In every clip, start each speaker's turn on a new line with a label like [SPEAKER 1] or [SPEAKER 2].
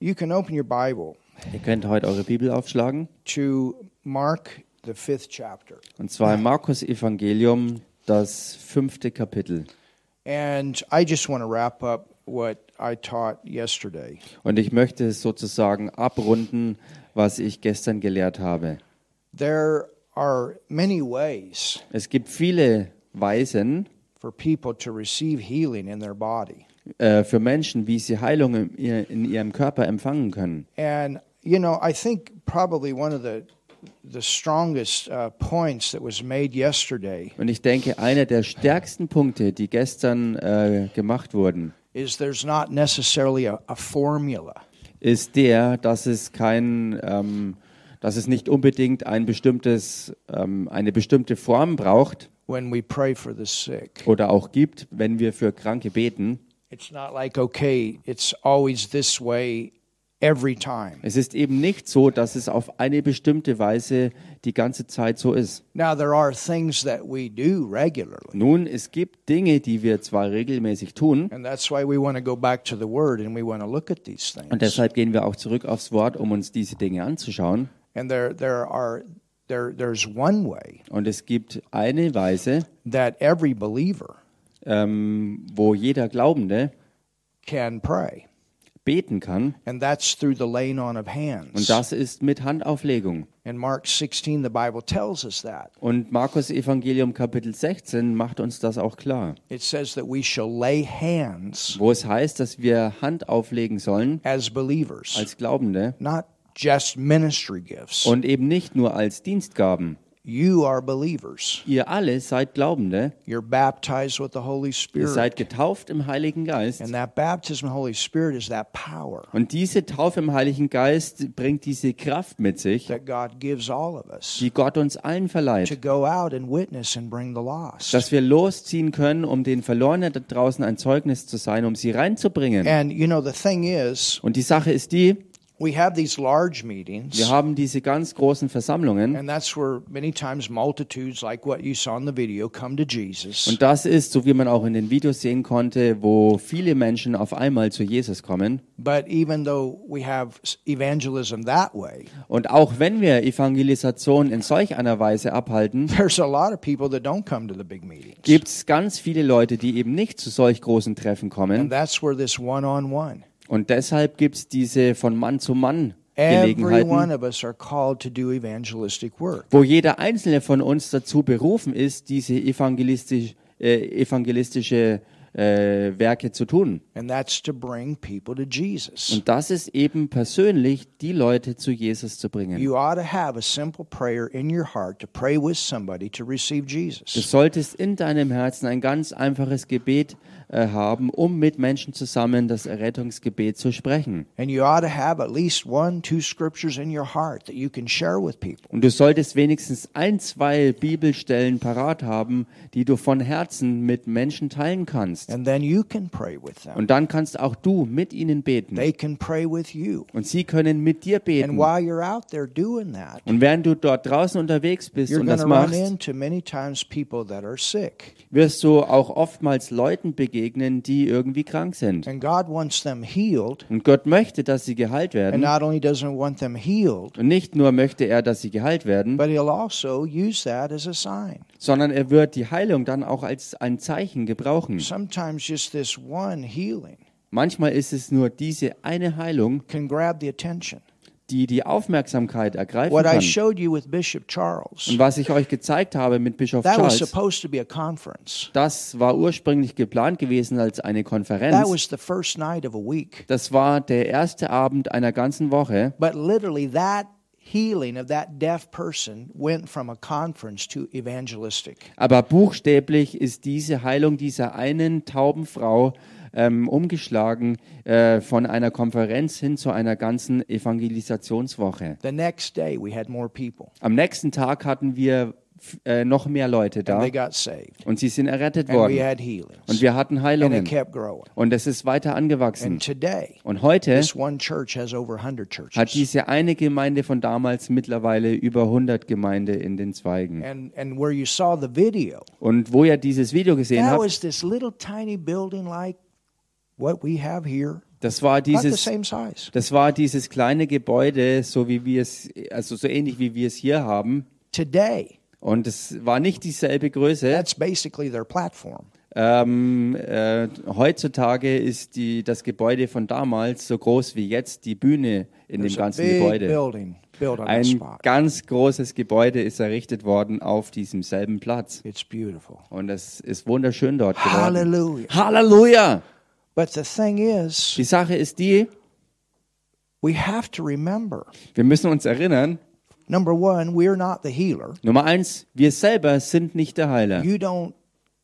[SPEAKER 1] You can open your Bible
[SPEAKER 2] Ihr könnt heute eure Bibel aufschlagen
[SPEAKER 1] to Mark, the fifth chapter.
[SPEAKER 2] und zwar im Markus Evangelium, das fünfte Kapitel.
[SPEAKER 1] And I just want to wrap up what I taught yesterday.
[SPEAKER 2] Und ich möchte sozusagen abrunden, was ich gestern gelehrt habe.
[SPEAKER 1] There are many ways
[SPEAKER 2] Es gibt viele Weisen
[SPEAKER 1] for people to receive healing in their body.
[SPEAKER 2] äh, für Menschen, wie sie Heilung in, ihr, in ihrem Körper empfangen können.
[SPEAKER 1] And, you know, I think probably one of the the strongest uh, points that was made yesterday
[SPEAKER 2] Und ich denke, einer der stärksten Punkte, die gestern äh, gemacht wurden,
[SPEAKER 1] is there's not necessarily a, a formula.
[SPEAKER 2] ist der, dass es kein, ähm, dass es nicht unbedingt ein bestimmtes, ähm, eine bestimmte Form braucht,
[SPEAKER 1] when we pray for the sick.
[SPEAKER 2] oder auch gibt, wenn wir für Kranke beten.
[SPEAKER 1] It's not like, okay, it's always this way every time.
[SPEAKER 2] Es ist eben nicht so, dass es auf eine bestimmte Weise die ganze Zeit so ist.
[SPEAKER 1] Now, there are things that we do regularly,
[SPEAKER 2] Nun, es gibt Dinge, die wir zwar regelmäßig tun,
[SPEAKER 1] and that's why we want to go back to the Word and we want to look at these
[SPEAKER 2] und
[SPEAKER 1] things.
[SPEAKER 2] deshalb gehen wir auch zurück aufs Wort, um uns diese Dinge anzuschauen.
[SPEAKER 1] And there, there are there, there's one way
[SPEAKER 2] Und es gibt eine Weise,
[SPEAKER 1] that every believer
[SPEAKER 2] ähm, wo jeder Glaubende
[SPEAKER 1] can pray,
[SPEAKER 2] beten kann,
[SPEAKER 1] and that's through the laying on of hands.
[SPEAKER 2] und das ist mit Handauflegung.
[SPEAKER 1] In Mark 16, the Bible tells us that.
[SPEAKER 2] Und Markus Evangelium Kapitel 16 macht uns das auch klar,
[SPEAKER 1] It says that we shall lay hands
[SPEAKER 2] wo es heißt, dass wir Hand auflegen sollen
[SPEAKER 1] as believers,
[SPEAKER 2] als Glaubende
[SPEAKER 1] not just ministry gifts.
[SPEAKER 2] Und eben nicht nur als Dienstgaben.
[SPEAKER 1] You are believers.
[SPEAKER 2] Ihr alle seid Glaubende,
[SPEAKER 1] You're baptized with the Holy
[SPEAKER 2] ihr
[SPEAKER 1] Spirit.
[SPEAKER 2] seid getauft im Heiligen Geist.
[SPEAKER 1] And that baptism of the Holy Spirit is that power
[SPEAKER 2] Und diese Taufe im Heiligen Geist bringt diese Kraft mit sich,
[SPEAKER 1] that God gives all of us
[SPEAKER 2] die Gott uns allen
[SPEAKER 1] to
[SPEAKER 2] verleiht,
[SPEAKER 1] go out and witness and bring the lost.
[SPEAKER 2] dass wir losziehen können, um den Verlorenen da draußen ein Zeugnis zu sein, um sie reinzubringen.
[SPEAKER 1] And you know, the thing is,
[SPEAKER 2] Und die Sache ist die,
[SPEAKER 1] we have these large
[SPEAKER 2] wir
[SPEAKER 1] meetings,
[SPEAKER 2] haben diese ganz großen Versammlungen
[SPEAKER 1] and that's where many times multitudes, like what you saw in the video, come to Jesus.
[SPEAKER 2] und das ist, so wie man auch in den Videos sehen konnte, wo viele Menschen auf einmal zu Jesus kommen.
[SPEAKER 1] But even though we have evangelism that way,
[SPEAKER 2] Und auch wenn wir Evangelisation in solch einer Weise abhalten,
[SPEAKER 1] there's a lot of people that don't come to the big meetings.
[SPEAKER 2] gibt es ganz viele Leute, die eben nicht zu solch großen Treffen
[SPEAKER 1] And
[SPEAKER 2] kommen.
[SPEAKER 1] that's where this one on one.
[SPEAKER 2] Und deshalb gibt es diese von Mann zu Mann
[SPEAKER 1] Every one
[SPEAKER 2] Gelegenheiten,
[SPEAKER 1] of us are called to do evangelistic work.
[SPEAKER 2] wo jeder einzelne von uns dazu berufen ist, diese evangelistisch, äh, evangelistische äh, Werke zu tun.
[SPEAKER 1] And that's to bring people to Jesus.
[SPEAKER 2] Und das ist eben persönlich, die Leute zu Jesus zu bringen.
[SPEAKER 1] You ought to have a simple prayer in your heart to pray with somebody to receive
[SPEAKER 2] Du
[SPEAKER 1] Jesus.
[SPEAKER 2] solltest in deinem Herzen ein ganz einfaches Gebet äh, haben, um mit Menschen zusammen das Errettungsgebet zu sprechen.
[SPEAKER 1] And you ought to have at least one, two scriptures in your heart that you can share with people.
[SPEAKER 2] Und du solltest wenigstens ein, zwei Bibelstellen parat haben, die du von Herzen mit Menschen teilen kannst.
[SPEAKER 1] And then you can pray with them.
[SPEAKER 2] Und dann kannst auch du mit ihnen beten.
[SPEAKER 1] They can pray with you.
[SPEAKER 2] Und sie können mit dir
[SPEAKER 1] And
[SPEAKER 2] beten.
[SPEAKER 1] while you're out there doing that,
[SPEAKER 2] Und während du dort draußen unterwegs bist
[SPEAKER 1] you're
[SPEAKER 2] und
[SPEAKER 1] going
[SPEAKER 2] das
[SPEAKER 1] to run
[SPEAKER 2] machst,
[SPEAKER 1] into many times people that are sick.
[SPEAKER 2] wirst du auch oftmals Leuten begegnen, die irgendwie krank sind.
[SPEAKER 1] And God wants them healed.
[SPEAKER 2] Und Gott möchte, dass sie geheilt
[SPEAKER 1] And
[SPEAKER 2] werden.
[SPEAKER 1] not only doesn't want them healed,
[SPEAKER 2] Und nicht nur möchte er, dass sie geheilt werden,
[SPEAKER 1] but He'll also use that as a sign.
[SPEAKER 2] sondern er wird die Heilung dann auch als ein Zeichen gebrauchen.
[SPEAKER 1] Sometimes just this one healing.
[SPEAKER 2] Manchmal ist es nur diese eine Heilung,
[SPEAKER 1] can grab the attention.
[SPEAKER 2] die die Aufmerksamkeit ergreifen
[SPEAKER 1] What I
[SPEAKER 2] kann.
[SPEAKER 1] showed you with Bishop Charles,
[SPEAKER 2] Und was ich euch gezeigt habe mit Bischof
[SPEAKER 1] that was
[SPEAKER 2] Charles,
[SPEAKER 1] supposed to be a conference.
[SPEAKER 2] das war ursprünglich geplant gewesen als eine
[SPEAKER 1] That
[SPEAKER 2] Konferenz.
[SPEAKER 1] was the first night of a week.
[SPEAKER 2] Das war der erste Abend einer ganzen Woche.
[SPEAKER 1] But literally, that healing of that deaf person went from a conference to evangelistic.
[SPEAKER 2] Aber buchstäblich ist diese Heilung dieser einen tauben Frau ähm, umgeschlagen äh, von einer Konferenz hin zu einer ganzen Evangelisationswoche.
[SPEAKER 1] The next day, we had more people,
[SPEAKER 2] Am nächsten Tag hatten wir f- äh, noch mehr Leute
[SPEAKER 1] and
[SPEAKER 2] da
[SPEAKER 1] they got saved.
[SPEAKER 2] und sie sind errettet
[SPEAKER 1] And we
[SPEAKER 2] worden.
[SPEAKER 1] had healings,
[SPEAKER 2] Und wir hatten
[SPEAKER 1] and it
[SPEAKER 2] Heilungen.
[SPEAKER 1] kept growing.
[SPEAKER 2] Und es ist weiter angewachsen.
[SPEAKER 1] And today,
[SPEAKER 2] Und heute
[SPEAKER 1] this one church has over 100
[SPEAKER 2] hat
[SPEAKER 1] churches.
[SPEAKER 2] diese eine Gemeinde von damals mittlerweile über 100 Gemeinde in den Zweigen.
[SPEAKER 1] And, and where you saw the video,
[SPEAKER 2] Und wo ihr dieses Video gesehen
[SPEAKER 1] that
[SPEAKER 2] habt,
[SPEAKER 1] was this little tiny building like what we have here.
[SPEAKER 2] Das war
[SPEAKER 1] About the
[SPEAKER 2] dieses,
[SPEAKER 1] same size.
[SPEAKER 2] das war dieses kleine Gebäude, so wie wir es, also so ähnlich wie wir es hier haben.
[SPEAKER 1] Today,
[SPEAKER 2] Und es war nicht dieselbe Größe.
[SPEAKER 1] that's basically their platform.
[SPEAKER 2] Ähm, äh, heutzutage ist die, das Gebäude von damals so groß wie jetzt die Bühne in dem
[SPEAKER 1] There's a
[SPEAKER 2] ganzen
[SPEAKER 1] big
[SPEAKER 2] Gebäude.
[SPEAKER 1] building built on that
[SPEAKER 2] Ein
[SPEAKER 1] spot.
[SPEAKER 2] ganz großes Gebäude ist errichtet worden auf diesem selben Platz.
[SPEAKER 1] It's beautiful.
[SPEAKER 2] Und es ist wunderschön dort geworden.
[SPEAKER 1] Hallelujah.
[SPEAKER 2] Halleluja!
[SPEAKER 1] But the thing is,
[SPEAKER 2] Die Sache ist die,
[SPEAKER 1] we have to remember
[SPEAKER 2] wir müssen uns erinnern,
[SPEAKER 1] number one, we're not the healer.
[SPEAKER 2] Nummer eins, wir selber sind nicht der Heiler.
[SPEAKER 1] You don't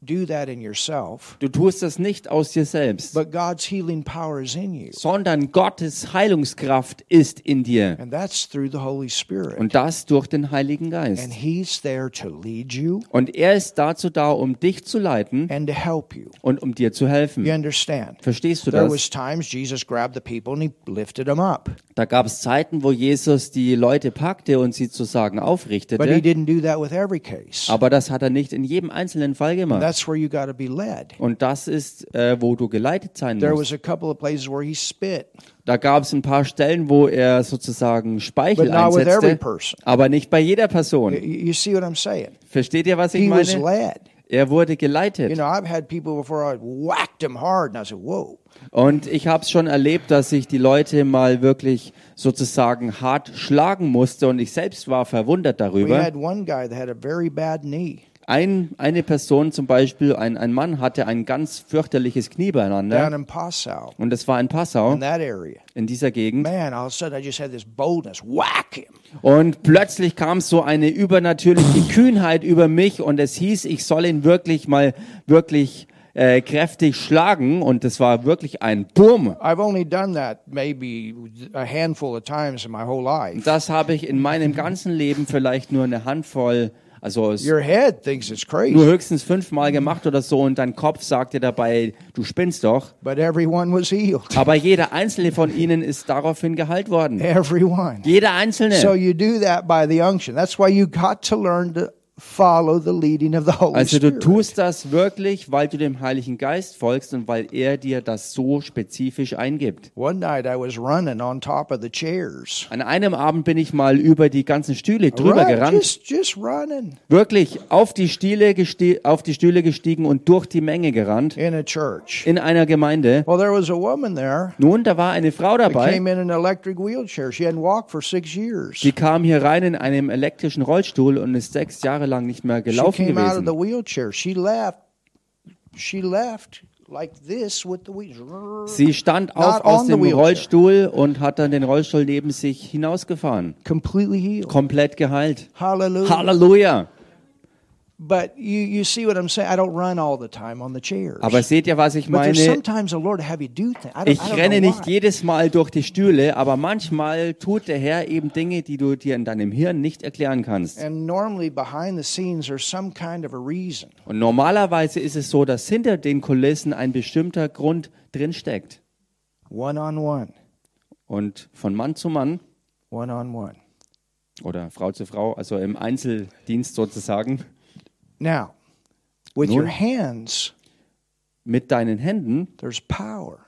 [SPEAKER 1] do that in yourself,
[SPEAKER 2] Du tust das nicht aus dir selbst,
[SPEAKER 1] but God's healing power is in you.
[SPEAKER 2] sondern Gottes Heilungskraft ist in dir.
[SPEAKER 1] And that's through the Holy Spirit.
[SPEAKER 2] Und das durch den Heiligen
[SPEAKER 1] And
[SPEAKER 2] Geist.
[SPEAKER 1] He's there to lead you
[SPEAKER 2] Und er ist dazu da, um dich zu leiten
[SPEAKER 1] and to help you.
[SPEAKER 2] und um dir zu
[SPEAKER 1] You
[SPEAKER 2] helfen.
[SPEAKER 1] understand?
[SPEAKER 2] Verstehst du
[SPEAKER 1] There
[SPEAKER 2] das?
[SPEAKER 1] was times Jesus grabbed the people and he lifted them up.
[SPEAKER 2] Da gab es Zeiten, wo Jesus die Leute packte und sie zu sagen
[SPEAKER 1] But he
[SPEAKER 2] aufrichtete,
[SPEAKER 1] didn't do that with every case.
[SPEAKER 2] aber das hat er nicht in jedem einzelnen Fall gemacht.
[SPEAKER 1] That's where you got to be led.
[SPEAKER 2] Und das ist, äh, wo du geleitet sein
[SPEAKER 1] There
[SPEAKER 2] musst.
[SPEAKER 1] was a couple of places where he spit,
[SPEAKER 2] Da gab es ein paar Stellen, wo er sozusagen Speichel
[SPEAKER 1] but not with every
[SPEAKER 2] einsetzte,
[SPEAKER 1] person.
[SPEAKER 2] aber nicht bei jeder
[SPEAKER 1] You-
[SPEAKER 2] Person.
[SPEAKER 1] You see what I'm saying?
[SPEAKER 2] Versteht ihr, was ich
[SPEAKER 1] He was
[SPEAKER 2] meine?
[SPEAKER 1] led.
[SPEAKER 2] Er wurde
[SPEAKER 1] You
[SPEAKER 2] geleitet.
[SPEAKER 1] know, I've had people before I whacked them hard, and I said, "Whoa!"
[SPEAKER 2] Und ich habe es schon erlebt, dass ich die Leute mal wirklich sozusagen hart schlagen musste und ich selbst war verwundert
[SPEAKER 1] We
[SPEAKER 2] darüber.
[SPEAKER 1] had one guy that had a very bad knee
[SPEAKER 2] Ein, eine Person zum Beispiel, ein, ein Mann hatte ein ganz fürchterliches Knie beieinander
[SPEAKER 1] down in Passau
[SPEAKER 2] und das war in Passau,
[SPEAKER 1] in that area.
[SPEAKER 2] in dieser Gegend.
[SPEAKER 1] Man, all of a sudden, I just had this boldness: whack him.
[SPEAKER 2] Und plötzlich kam so eine übernatürliche Kühnheit über mich und es hieß, ich soll ihn wirklich mal wirklich äh, kräftig schlagen und es war wirklich ein Bumm.
[SPEAKER 1] I've only done that maybe a handful of times in my whole life.
[SPEAKER 2] Das habe ich in meinem ganzen Leben vielleicht nur eine Handvoll, also es
[SPEAKER 1] Your head thinks it's
[SPEAKER 2] nur
[SPEAKER 1] crazy,
[SPEAKER 2] höchstens fünfmal gemacht oder so und dein Kopf sagt dir dabei, du spinnst doch.
[SPEAKER 1] but everyone was healed.
[SPEAKER 2] Aber jeder einzelne von ihnen ist daraufhin geheilt worden.
[SPEAKER 1] Everyone.
[SPEAKER 2] Jeder einzelne.
[SPEAKER 1] So you do that by the unction. That's why you got to learn to follow the leading of the Holy
[SPEAKER 2] Also du
[SPEAKER 1] Spirit.
[SPEAKER 2] tust das wirklich, weil du dem Heiligen Geist folgst und weil er dir das so spezifisch eingibt.
[SPEAKER 1] One night I was running on top of the chairs.
[SPEAKER 2] An einem Abend bin ich mal über die ganzen Stühle drüber
[SPEAKER 1] Run,
[SPEAKER 2] gerannt,
[SPEAKER 1] Just, just running
[SPEAKER 2] wirklich auf die, Stühle gestie- auf die Stühle gestiegen und durch die Menge gerannt
[SPEAKER 1] in a church.
[SPEAKER 2] in einer Gemeinde.
[SPEAKER 1] Well, there was a woman there
[SPEAKER 2] Nun, da war eine Frau
[SPEAKER 1] that
[SPEAKER 2] dabei,
[SPEAKER 1] came in an electric wheelchair. She hadn't walked for six years.
[SPEAKER 2] die kam hier rein in einem elektrischen Rollstuhl und ist sechs Jahre lang nicht mehr
[SPEAKER 1] She
[SPEAKER 2] gelaufen
[SPEAKER 1] came out of the
[SPEAKER 2] gewesen.
[SPEAKER 1] wheelchair. She left. She left like this with the wheels.
[SPEAKER 2] Sie stand
[SPEAKER 1] Not
[SPEAKER 2] auf aus
[SPEAKER 1] on the
[SPEAKER 2] dem
[SPEAKER 1] wheelchair.
[SPEAKER 2] Rollstuhl und hat dann den Rollstuhl neben sich hinausgefahren.
[SPEAKER 1] Completely healed.
[SPEAKER 2] Komplett geheilt.
[SPEAKER 1] Hallelujah.
[SPEAKER 2] Halleluja!
[SPEAKER 1] But you, you see what I'm saying? I don't run all the time on the chairs.
[SPEAKER 2] Aber seht ihr, was ich
[SPEAKER 1] But there's
[SPEAKER 2] meine?
[SPEAKER 1] sometimes the Lord have you do things. I don't,
[SPEAKER 2] Ich
[SPEAKER 1] I don't
[SPEAKER 2] renne
[SPEAKER 1] know
[SPEAKER 2] nicht
[SPEAKER 1] why.
[SPEAKER 2] jedes Mal durch die Stühle, aber manchmal tut der Herr eben Dinge, die du dir in deinem Hirn nicht erklären kannst.
[SPEAKER 1] And normally behind the scenes there's some kind of a reason.
[SPEAKER 2] Und normalerweise ist es so, dass hinter den Kulissen ein bestimmter Grund drin steckt.
[SPEAKER 1] One on one,
[SPEAKER 2] Und von Mann zu Mann
[SPEAKER 1] one on one.
[SPEAKER 2] oder Frau zu Frau, also im Einzeldienst sozusagen,
[SPEAKER 1] Now, with
[SPEAKER 2] Nun.
[SPEAKER 1] your hands,
[SPEAKER 2] mit deinen Händen,
[SPEAKER 1] there's power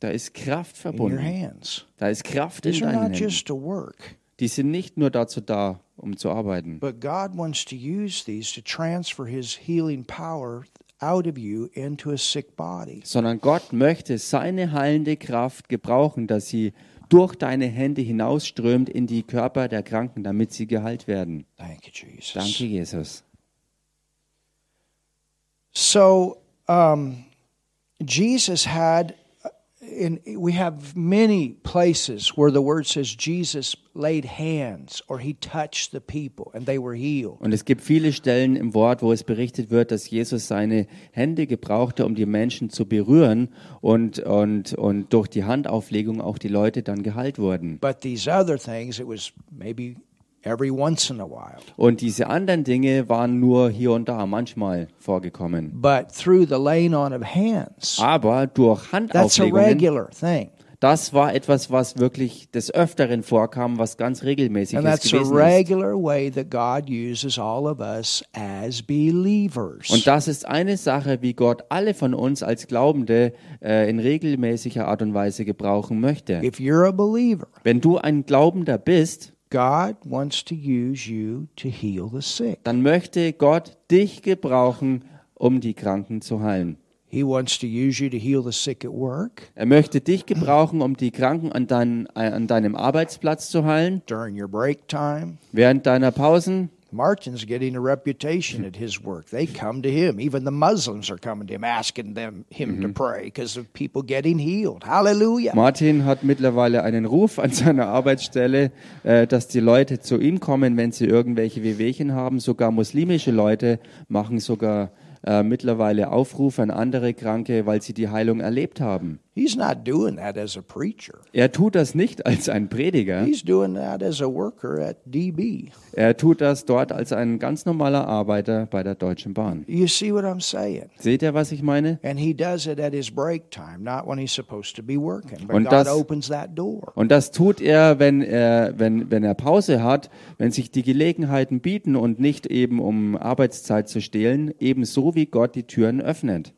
[SPEAKER 2] da ist Kraft
[SPEAKER 1] in your
[SPEAKER 2] verbunden.
[SPEAKER 1] hands.
[SPEAKER 2] Da ist Kraft in
[SPEAKER 1] These are
[SPEAKER 2] deinen
[SPEAKER 1] not
[SPEAKER 2] Händen.
[SPEAKER 1] just to work,
[SPEAKER 2] Die sind nicht nur dazu da, um zu arbeiten.
[SPEAKER 1] but God wants to use these to transfer His healing power out of you into a sick body.
[SPEAKER 2] sondern Gott möchte seine heilende Kraft gebrauchen, dass sie durch deine Hände hinausströmt in die Körper der Kranken, damit sie geheilt werden.
[SPEAKER 1] Thank you, Jesus.
[SPEAKER 2] Danke, Jesus.
[SPEAKER 1] So um, Jesus had, uh, in, we have many places where the word says Jesus laid hands or he touched the people and they were healed.
[SPEAKER 2] Und es gibt viele Stellen im Wort, wo es berichtet wird, dass Jesus seine Hände gebrauchte, um die Menschen zu berühren und, und, und durch die Handauflegung auch die Leute dann geheilt wurden.
[SPEAKER 1] But these other things, it was maybe every once in a while.
[SPEAKER 2] Und diese anderen Dinge waren nur hier und da manchmal vorgekommen.
[SPEAKER 1] But through the laying on of hands,
[SPEAKER 2] Aber durch
[SPEAKER 1] that's a
[SPEAKER 2] Handauflegungen,
[SPEAKER 1] regular thing.
[SPEAKER 2] Das war etwas, was wirklich des Öfteren vorkam, was ganz regelmäßig
[SPEAKER 1] And that's a
[SPEAKER 2] gewesen ist.
[SPEAKER 1] regular way that God uses all of us as believers.
[SPEAKER 2] Und das ist eine Sache, wie Gott alle von uns als Glaubende äh, in regelmäßiger Art und Weise gebrauchen möchte.
[SPEAKER 1] If you're a believer,
[SPEAKER 2] Wenn du ein Glaubender bist,
[SPEAKER 1] God wants to use you to heal the sick.
[SPEAKER 2] dann möchte Gott dich gebrauchen, um die Kranken zu heilen.
[SPEAKER 1] He wants to use you to heal the sick at work,
[SPEAKER 2] Er möchte dich gebrauchen, um die Kranken an, dein, äh, an deinem Arbeitsplatz zu heilen,
[SPEAKER 1] during your break time.
[SPEAKER 2] während deiner Pausen.
[SPEAKER 1] Martin's getting a reputation at his work. They come to him. Even the Muslims are coming to him, asking them him to pray because of people getting healed. Hallelujah.
[SPEAKER 2] Martin hat mittlerweile einen Ruf an seiner Arbeitsstelle, äh, dass die Leute zu ihm kommen, wenn sie irgendwelche Wehwehchen haben. Sogar muslimische Leute machen sogar äh, mittlerweile Aufrufe an andere Kranke, weil sie die Heilung erlebt haben.
[SPEAKER 1] He's not doing that as a preacher.
[SPEAKER 2] Er tut das nicht als ein Prediger,
[SPEAKER 1] He's doing that as a worker at DB.
[SPEAKER 2] er tut das dort als ein ganz normaler Arbeiter bei der Deutschen Bahn.
[SPEAKER 1] You see what I'm saying?
[SPEAKER 2] Seht ihr, was ich meine?
[SPEAKER 1] And he does it at his break time, not when he's supposed to be working. But
[SPEAKER 2] Und
[SPEAKER 1] God
[SPEAKER 2] das-
[SPEAKER 1] opens that door.
[SPEAKER 2] Und das tut er, wenn er, wenn, wenn er Pause hat, wenn sich die Gelegenheiten bieten und nicht eben um Arbeitszeit zu stehlen, ebenso wie Gott die Türen öffnet.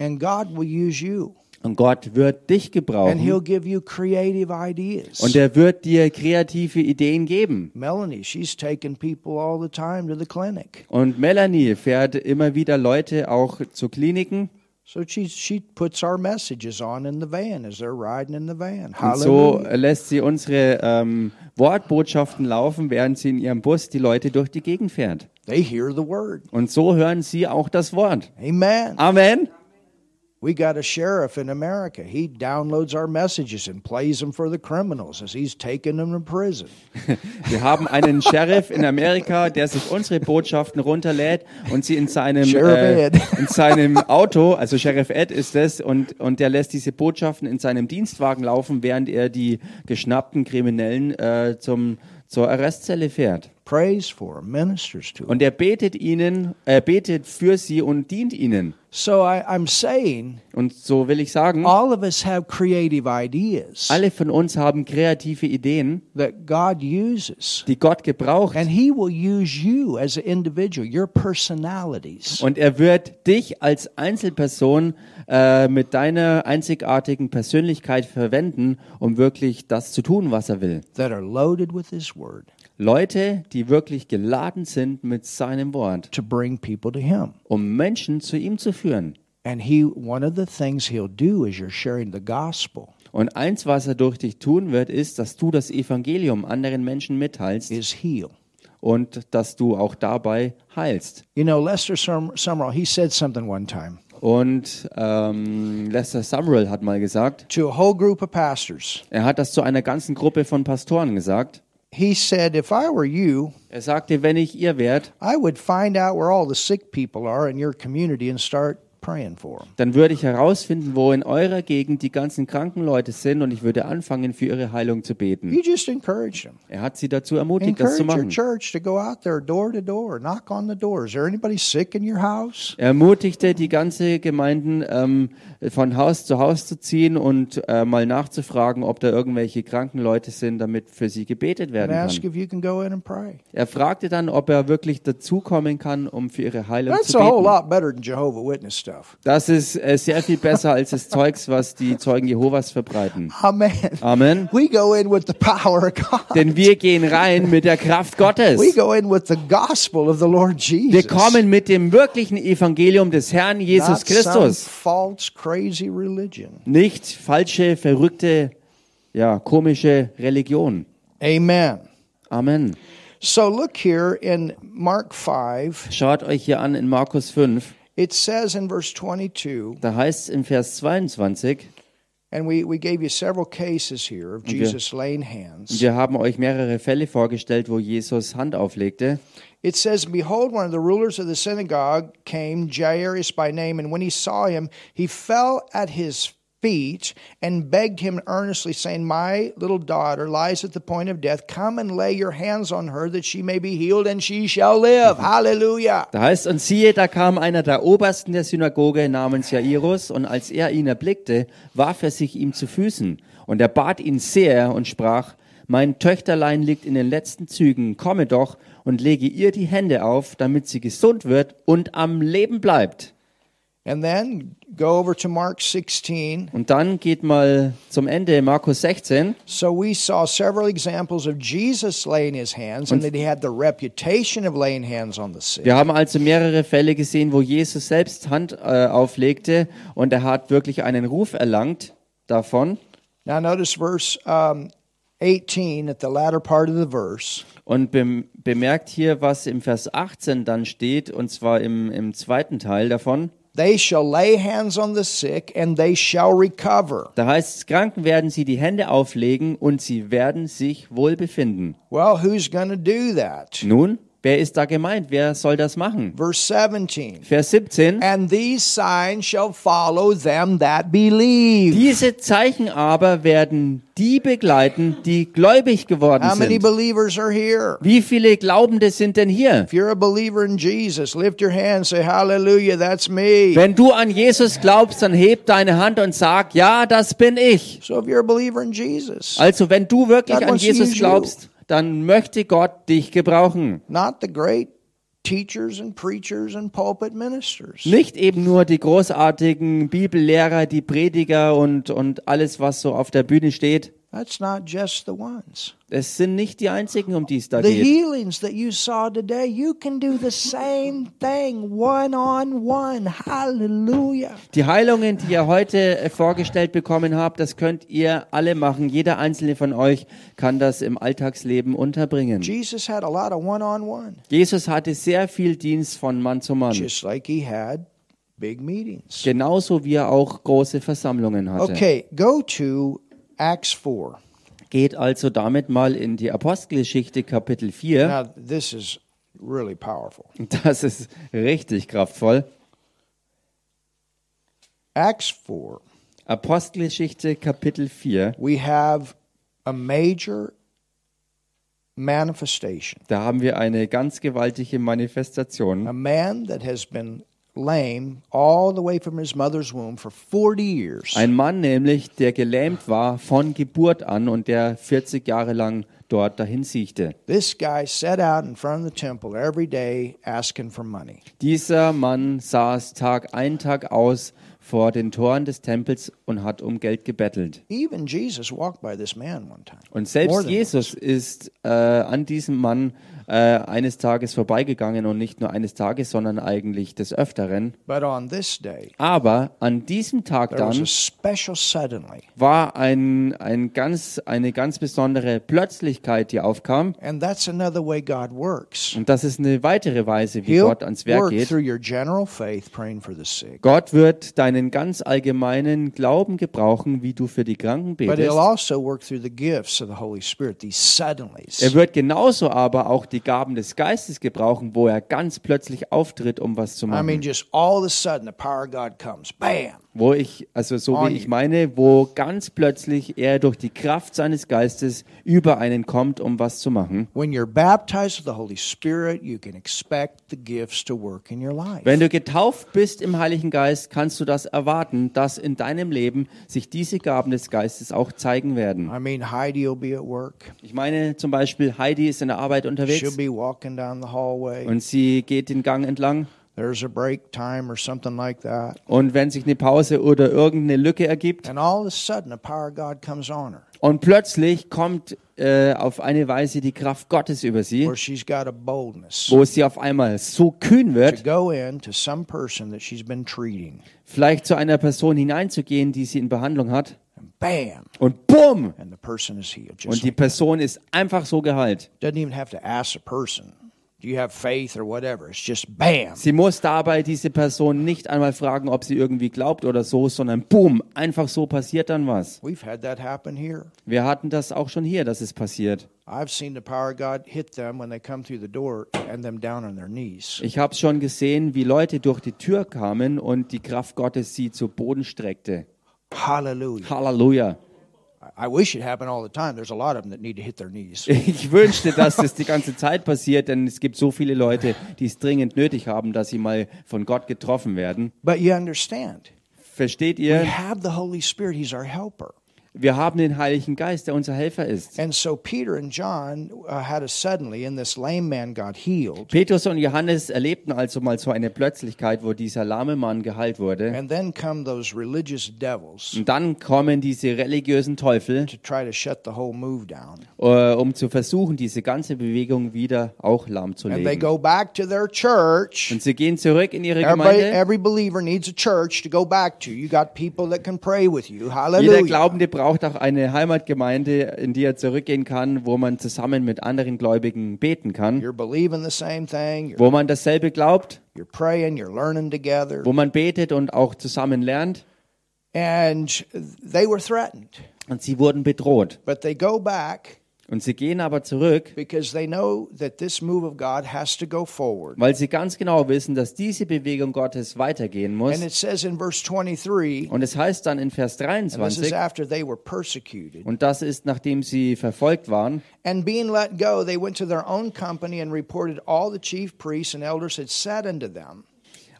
[SPEAKER 1] And God will use you.
[SPEAKER 2] Und Gott wird dich
[SPEAKER 1] And he'll
[SPEAKER 2] gebrauchen
[SPEAKER 1] give you creative ideas.
[SPEAKER 2] und er wird dir kreative Ideen geben.
[SPEAKER 1] Melanie, she's taking people all the time to the clinic.
[SPEAKER 2] Und Melanie fährt immer wieder Leute auch zu Kliniken.
[SPEAKER 1] So she she puts our messages on in the van as they're riding in the van.
[SPEAKER 2] Und so
[SPEAKER 1] Hallelujah.
[SPEAKER 2] lässt sie unsere ähm, Wortbotschaften laufen, während sie in ihrem Bus die Leute durch die Gegend fährt.
[SPEAKER 1] they hear the word.
[SPEAKER 2] Und so hören sie auch das Wort.
[SPEAKER 1] Amen.
[SPEAKER 2] Amen.
[SPEAKER 1] We got a sheriff in America. He downloads our messages and plays them for the criminals as he's taking them to prison.
[SPEAKER 2] Wir haben einen Sheriff in Amerika, der sich unsere Botschaften runterlädt und sie in seinem,
[SPEAKER 1] Sheriff
[SPEAKER 2] äh,
[SPEAKER 1] Ed.
[SPEAKER 2] in seinem Auto, also Sheriff Ed ist es, und, und der lässt diese Botschaften in seinem Dienstwagen laufen, während er die geschnappten Kriminellen äh, zum, zur Arrestzelle fährt.
[SPEAKER 1] Prays for 'em, ministers to 'em.
[SPEAKER 2] Und er betet ihnen, äh, betet für sie und dient ihnen.
[SPEAKER 1] So I, I'm saying
[SPEAKER 2] Und so will ich sagen,
[SPEAKER 1] all of us have creative ideas
[SPEAKER 2] alle von uns haben kreative Ideen,
[SPEAKER 1] that God uses.
[SPEAKER 2] die Gott gebraucht.
[SPEAKER 1] And he will use you as an individual, your personalities.
[SPEAKER 2] Und er wird dich als Einzelperson äh, mit deiner einzigartigen Persönlichkeit verwenden, um wirklich das zu tun, was er will.
[SPEAKER 1] that are loaded with His Word
[SPEAKER 2] Leute, die wirklich geladen sind mit seinem Wort,
[SPEAKER 1] to bring people to Him.
[SPEAKER 2] um Menschen zu ihm zu führen.
[SPEAKER 1] And He, one of the things He'll do is you're sharing the gospel,
[SPEAKER 2] Und eins, was er durch dich tun wird, ist, dass du das Evangelium anderen Menschen mitteilst
[SPEAKER 1] is heal.
[SPEAKER 2] und dass du auch dabei heilst.
[SPEAKER 1] You know, Lester Sum- Summerall, he said something one time
[SPEAKER 2] Und ähm, Lester Sumrall hat mal gesagt,
[SPEAKER 1] to a whole group of pastors.
[SPEAKER 2] er hat das zu einer ganzen Gruppe von Pastoren gesagt.
[SPEAKER 1] He said, If I were you,
[SPEAKER 2] Er sagte, wenn ich ihr wärt,
[SPEAKER 1] I would find out where all the sick people are in your community and start praying for them.
[SPEAKER 2] dann würde ich herausfinden, wo in eurer Gegend die ganzen kranken Leute sind und ich würde anfangen, für ihre Heilung zu beten.
[SPEAKER 1] You just encourage them.
[SPEAKER 2] Er hat sie dazu ermutigt, das zu
[SPEAKER 1] Encourage your
[SPEAKER 2] machen.
[SPEAKER 1] church to go out there door to door, knock on the door. Is there anybody sick in your house?
[SPEAKER 2] Er ermutigte die ganze Gemeinden, ähm, von Haus zu Haus zu ziehen und äh, mal nachzufragen, ob da irgendwelche kranken Leute sind, damit für sie gebetet
[SPEAKER 1] And
[SPEAKER 2] werden
[SPEAKER 1] ask
[SPEAKER 2] kann.
[SPEAKER 1] if you can go in and pray.
[SPEAKER 2] Er fragte dann, ob er wirklich dazukommen kann, um für ihre Heilung
[SPEAKER 1] That's
[SPEAKER 2] zu
[SPEAKER 1] a whole
[SPEAKER 2] beten.
[SPEAKER 1] lot better than Jehovah Witness stuff.
[SPEAKER 2] Das ist äh, sehr viel besser als das Zeugs, was die Zeugen Jehovas verbreiten.
[SPEAKER 1] Amen.
[SPEAKER 2] Amen.
[SPEAKER 1] We go in with the power of God.
[SPEAKER 2] Denn wir gehen rein mit der Kraft Gottes.
[SPEAKER 1] We go in with the gospel of the Lord Jesus.
[SPEAKER 2] Wir kommen mit dem wirklichen Evangelium des Herrn
[SPEAKER 1] Not
[SPEAKER 2] Jesus
[SPEAKER 1] some
[SPEAKER 2] Christus.
[SPEAKER 1] false, crazy religion.
[SPEAKER 2] Nicht falsche, verrückte, ja, komische Religion.
[SPEAKER 1] Amen.
[SPEAKER 2] Amen.
[SPEAKER 1] So look here in Mark 5.
[SPEAKER 2] Schaut euch hier an in Markus 5.
[SPEAKER 1] It says in verse 22,
[SPEAKER 2] Da heißt es im Vers 22,
[SPEAKER 1] and we, we gave you several cases here of Jesus laying
[SPEAKER 2] und
[SPEAKER 1] hands.
[SPEAKER 2] wir haben euch mehrere Fälle vorgestellt, wo Jesus Hand auflegte.
[SPEAKER 1] It says, Behold, one of the rulers of the synagogue came, Jairus by name, and when he saw him, he fell at his feet and begged him earnestly, saying, My little daughter lies at the point of death. Come and lay your hands on her that she may be healed and she shall live. Hallelujah.
[SPEAKER 2] Da heißt, und siehe, da kam einer der Obersten der Synagoge namens Jairus, und als er ihn erblickte, warf er sich ihm zu Füßen Und er bat ihn sehr und sprach, mein Töchterlein liegt in den letzten Zügen, komme doch und lege ihr die Hände auf, damit sie gesund wird und am Leben bleibt.
[SPEAKER 1] And then go over to Mark 16.
[SPEAKER 2] Und dann geht mal zum Ende Markus 16.
[SPEAKER 1] So we saw several examples of Jesus laying his hands and that he had the reputation of laying hands on the sick.
[SPEAKER 2] Wir haben also mehrere Fälle gesehen, wo Jesus selbst Hand äh, auflegte und er hat wirklich einen Ruf erlangt davon.
[SPEAKER 1] Now notice verse um, 18 at the latter part of the verse.
[SPEAKER 2] Und bem bemerkt hier, was im Vers 18 dann steht, und zwar im, im zweiten Teil davon.
[SPEAKER 1] They shall lay hands on the sick and they shall recover.
[SPEAKER 2] Da heißt es, Kranken werden sie die Hände auflegen und sie werden sich wohl befinden.
[SPEAKER 1] Well, who's going to do that?
[SPEAKER 2] Nun, wer ist da gemeint? Wer soll das machen?
[SPEAKER 1] Verse 17.
[SPEAKER 2] Vers 17.
[SPEAKER 1] And these signs shall follow them that believe.
[SPEAKER 2] Diese Zeichen aber werden die begleiten, die gläubig geworden
[SPEAKER 1] How many
[SPEAKER 2] sind.
[SPEAKER 1] believers are here?
[SPEAKER 2] Wie viele Glaubende sind denn hier?
[SPEAKER 1] If you're a believer in Jesus, lift your hand, say, Hallelujah, that's me.
[SPEAKER 2] Wenn du an Jesus glaubst, dann heb deine Hand und sag, ja, das bin ich.
[SPEAKER 1] So if you're a believer in Jesus,
[SPEAKER 2] Also wenn du wirklich
[SPEAKER 1] God
[SPEAKER 2] an
[SPEAKER 1] wants to
[SPEAKER 2] Jesus
[SPEAKER 1] use
[SPEAKER 2] glaubst, dann möchte Gott dich gebrauchen.
[SPEAKER 1] not the great teachers and preachers and pulpit ministers.
[SPEAKER 2] Nicht eben nur die großartigen Bibellehrer, die Prediger und, und alles, was so auf der Bühne steht.
[SPEAKER 1] That's not just the ones.
[SPEAKER 2] Es sind nicht die einzigen, um die es da
[SPEAKER 1] The
[SPEAKER 2] geht.
[SPEAKER 1] healings that you saw today, you can do the same thing one on one. Hallelujah.
[SPEAKER 2] Die Heilungen, die ihr heute äh, vorgestellt bekommen habt, das könnt ihr alle machen. Jeder einzelne von euch kann das im Alltagsleben unterbringen.
[SPEAKER 1] Jesus had a lot of one on one,
[SPEAKER 2] Jesus hatte sehr viel Dienst von Mann zu Mann.
[SPEAKER 1] just like he had big meetings.
[SPEAKER 2] Genauso wie er auch große Versammlungen hatte.
[SPEAKER 1] Okay, go to Acts 4.
[SPEAKER 2] Geht also damit mal in die Apostelgeschichte Kapitel 4.
[SPEAKER 1] Now, this is really powerful.
[SPEAKER 2] Das ist richtig kraftvoll.
[SPEAKER 1] Acts 4,
[SPEAKER 2] Apostelgeschichte Kapitel 4,
[SPEAKER 1] we have a major manifestation.
[SPEAKER 2] da haben wir eine ganz gewaltige Manifestation.
[SPEAKER 1] A man that has been lame all the way from his mother's womb for 40 years.
[SPEAKER 2] Ein Mann nämlich, der gelähmt war von Geburt an und der 40 Jahre lang dort dahin siechte.
[SPEAKER 1] This guy sat out in front of the temple every day asking for money.
[SPEAKER 2] Dieser Mann saß Tag ein, Tag aus vor den Toren des Tempels und hat um Geld gebettelt.
[SPEAKER 1] Even Jesus walked by this man one time.
[SPEAKER 2] Und
[SPEAKER 1] More
[SPEAKER 2] selbst
[SPEAKER 1] than
[SPEAKER 2] Jesus ist äh, an diesem Mann äh, eines Tages vorbeigegangen und nicht nur eines Tages, sondern eigentlich des Öfteren.
[SPEAKER 1] But on this day,
[SPEAKER 2] Aber an diesem Tag
[SPEAKER 1] there was
[SPEAKER 2] dann
[SPEAKER 1] a special suddenly.
[SPEAKER 2] war ein, ein ganz, eine ganz besondere Plötzlichkeit, die aufkam.
[SPEAKER 1] And that's another way God works.
[SPEAKER 2] Und das ist eine weitere Weise, wie
[SPEAKER 1] He'll
[SPEAKER 2] Gott ans Werk
[SPEAKER 1] work
[SPEAKER 2] geht.
[SPEAKER 1] through your general faith praying for the sick.
[SPEAKER 2] Gott wird deinen ganz allgemeinen Glauben gebrauchen, wie du für die Kranken
[SPEAKER 1] But
[SPEAKER 2] betest.
[SPEAKER 1] he'll also work through the gifts of the Holy Spirit, these
[SPEAKER 2] Er
[SPEAKER 1] suddenlies.
[SPEAKER 2] wird genauso aber auch die Gaben des Geistes gebrauchen, wo er ganz plötzlich auftritt, um was zu
[SPEAKER 1] I
[SPEAKER 2] machen.
[SPEAKER 1] mean, just all of a sudden, the power of God comes. Bam!
[SPEAKER 2] Wo ich, also so
[SPEAKER 1] On
[SPEAKER 2] wie ich
[SPEAKER 1] you.
[SPEAKER 2] meine, wo ganz plötzlich er durch die Kraft seines Geistes über einen kommt, um was zu machen.
[SPEAKER 1] When you're baptized with the Holy Spirit, you can expect the gifts to work in your life.
[SPEAKER 2] Wenn du getauft bist im Heiligen Geist, kannst du das erwarten, dass in deinem Leben sich diese Gaben des Geistes auch zeigen werden.
[SPEAKER 1] I mean, Heidi will be at work.
[SPEAKER 2] Ich meine zum Beispiel, Heidi ist in der Arbeit
[SPEAKER 1] She'll
[SPEAKER 2] unterwegs
[SPEAKER 1] be walking down the hallway.
[SPEAKER 2] und sie geht den Gang entlang.
[SPEAKER 1] There's a break time or something like that.
[SPEAKER 2] Und wenn sich eine Pause oder irgendeine Lücke ergibt
[SPEAKER 1] And all of a sudden, the power of God comes on her,
[SPEAKER 2] und plötzlich kommt äh, auf eine Weise die Kraft Gottes über sie,
[SPEAKER 1] where she's got a boldness
[SPEAKER 2] wo sie auf einmal so kühn
[SPEAKER 1] to
[SPEAKER 2] wird,
[SPEAKER 1] go in to some person that she's been treating.
[SPEAKER 2] vielleicht zu einer Person hineinzugehen, die sie in Behandlung hat.
[SPEAKER 1] And bam!
[SPEAKER 2] Und bumm!
[SPEAKER 1] And the person is healed. Just
[SPEAKER 2] Und die Person ist einfach so geheilt.
[SPEAKER 1] Doesn't even have to ask a person, do you have faith or whatever? It's just bam.
[SPEAKER 2] Sie muss dabei diese Person nicht einmal fragen, ob sie irgendwie glaubt oder so, sondern boom, einfach so passiert dann was.
[SPEAKER 1] We've had that happen here.
[SPEAKER 2] Wir hatten das auch schon hier, dass es passiert.
[SPEAKER 1] I've seen the power of God hit them when they come through the door and them down on their knees.
[SPEAKER 2] Ich habe schon gesehen, wie Leute durch die Tür kamen und die Kraft Gottes sie zu Boden streckte.
[SPEAKER 1] Hallelujah.
[SPEAKER 2] Halleluja.
[SPEAKER 1] I wish it happened all the time. There's a lot of them that need to hit their knees.
[SPEAKER 2] Ich wünschte, dass das die ganze Zeit passiert, denn es gibt so viele Leute, die es dringend nötig haben, dass sie mal von Gott getroffen werden.
[SPEAKER 1] But you understand,
[SPEAKER 2] Versteht
[SPEAKER 1] we
[SPEAKER 2] ihr?
[SPEAKER 1] have the Holy Spirit. He's our helper.
[SPEAKER 2] Wir haben den Heiligen Geist, der unser Helfer ist.
[SPEAKER 1] And so Peter and John uh, had a suddenly, and this lame man got healed.
[SPEAKER 2] Petrus und Johannes erlebten also mal so eine Plötzlichkeit, wo dieser lahme Mann geheilt wurde.
[SPEAKER 1] And then come those religious devils
[SPEAKER 2] Und dann kommen diese religiösen Teufel,
[SPEAKER 1] to try to shut the whole move down.
[SPEAKER 2] äh, um zu versuchen, diese ganze Bewegung wieder auch
[SPEAKER 1] And they
[SPEAKER 2] lahmzulegen.
[SPEAKER 1] go back to their church.
[SPEAKER 2] Und sie gehen zurück in ihre
[SPEAKER 1] Everybody,
[SPEAKER 2] Gemeinde.
[SPEAKER 1] every believer needs a church to go back to. You got people that can pray with you.
[SPEAKER 2] Jeder
[SPEAKER 1] Hallelujah.
[SPEAKER 2] Glaubende braucht auch eine Heimatgemeinde, in die er zurückgehen kann, wo man zusammen mit anderen Gläubigen beten kann,
[SPEAKER 1] You're believing the same thing. You're,
[SPEAKER 2] wo man dasselbe glaubt,
[SPEAKER 1] you're praying. You're learning together.
[SPEAKER 2] wo man betet und auch zusammen lernt.
[SPEAKER 1] And they were threatened,
[SPEAKER 2] Und sie wurden bedroht.
[SPEAKER 1] but they go back
[SPEAKER 2] Und sie gehen aber zurück,
[SPEAKER 1] because they know that this move of God has to go forward.
[SPEAKER 2] weil sie ganz genau wissen, dass diese Bewegung Gottes weitergehen
[SPEAKER 1] And
[SPEAKER 2] muss.
[SPEAKER 1] it says in verse 23,
[SPEAKER 2] Und es heißt dann in Vers
[SPEAKER 1] and this is
[SPEAKER 2] 23,
[SPEAKER 1] after they were persecuted.
[SPEAKER 2] und das ist, nachdem sie verfolgt waren,
[SPEAKER 1] And being let go, they went to their own company and reported all the chief priests and elders had said unto them.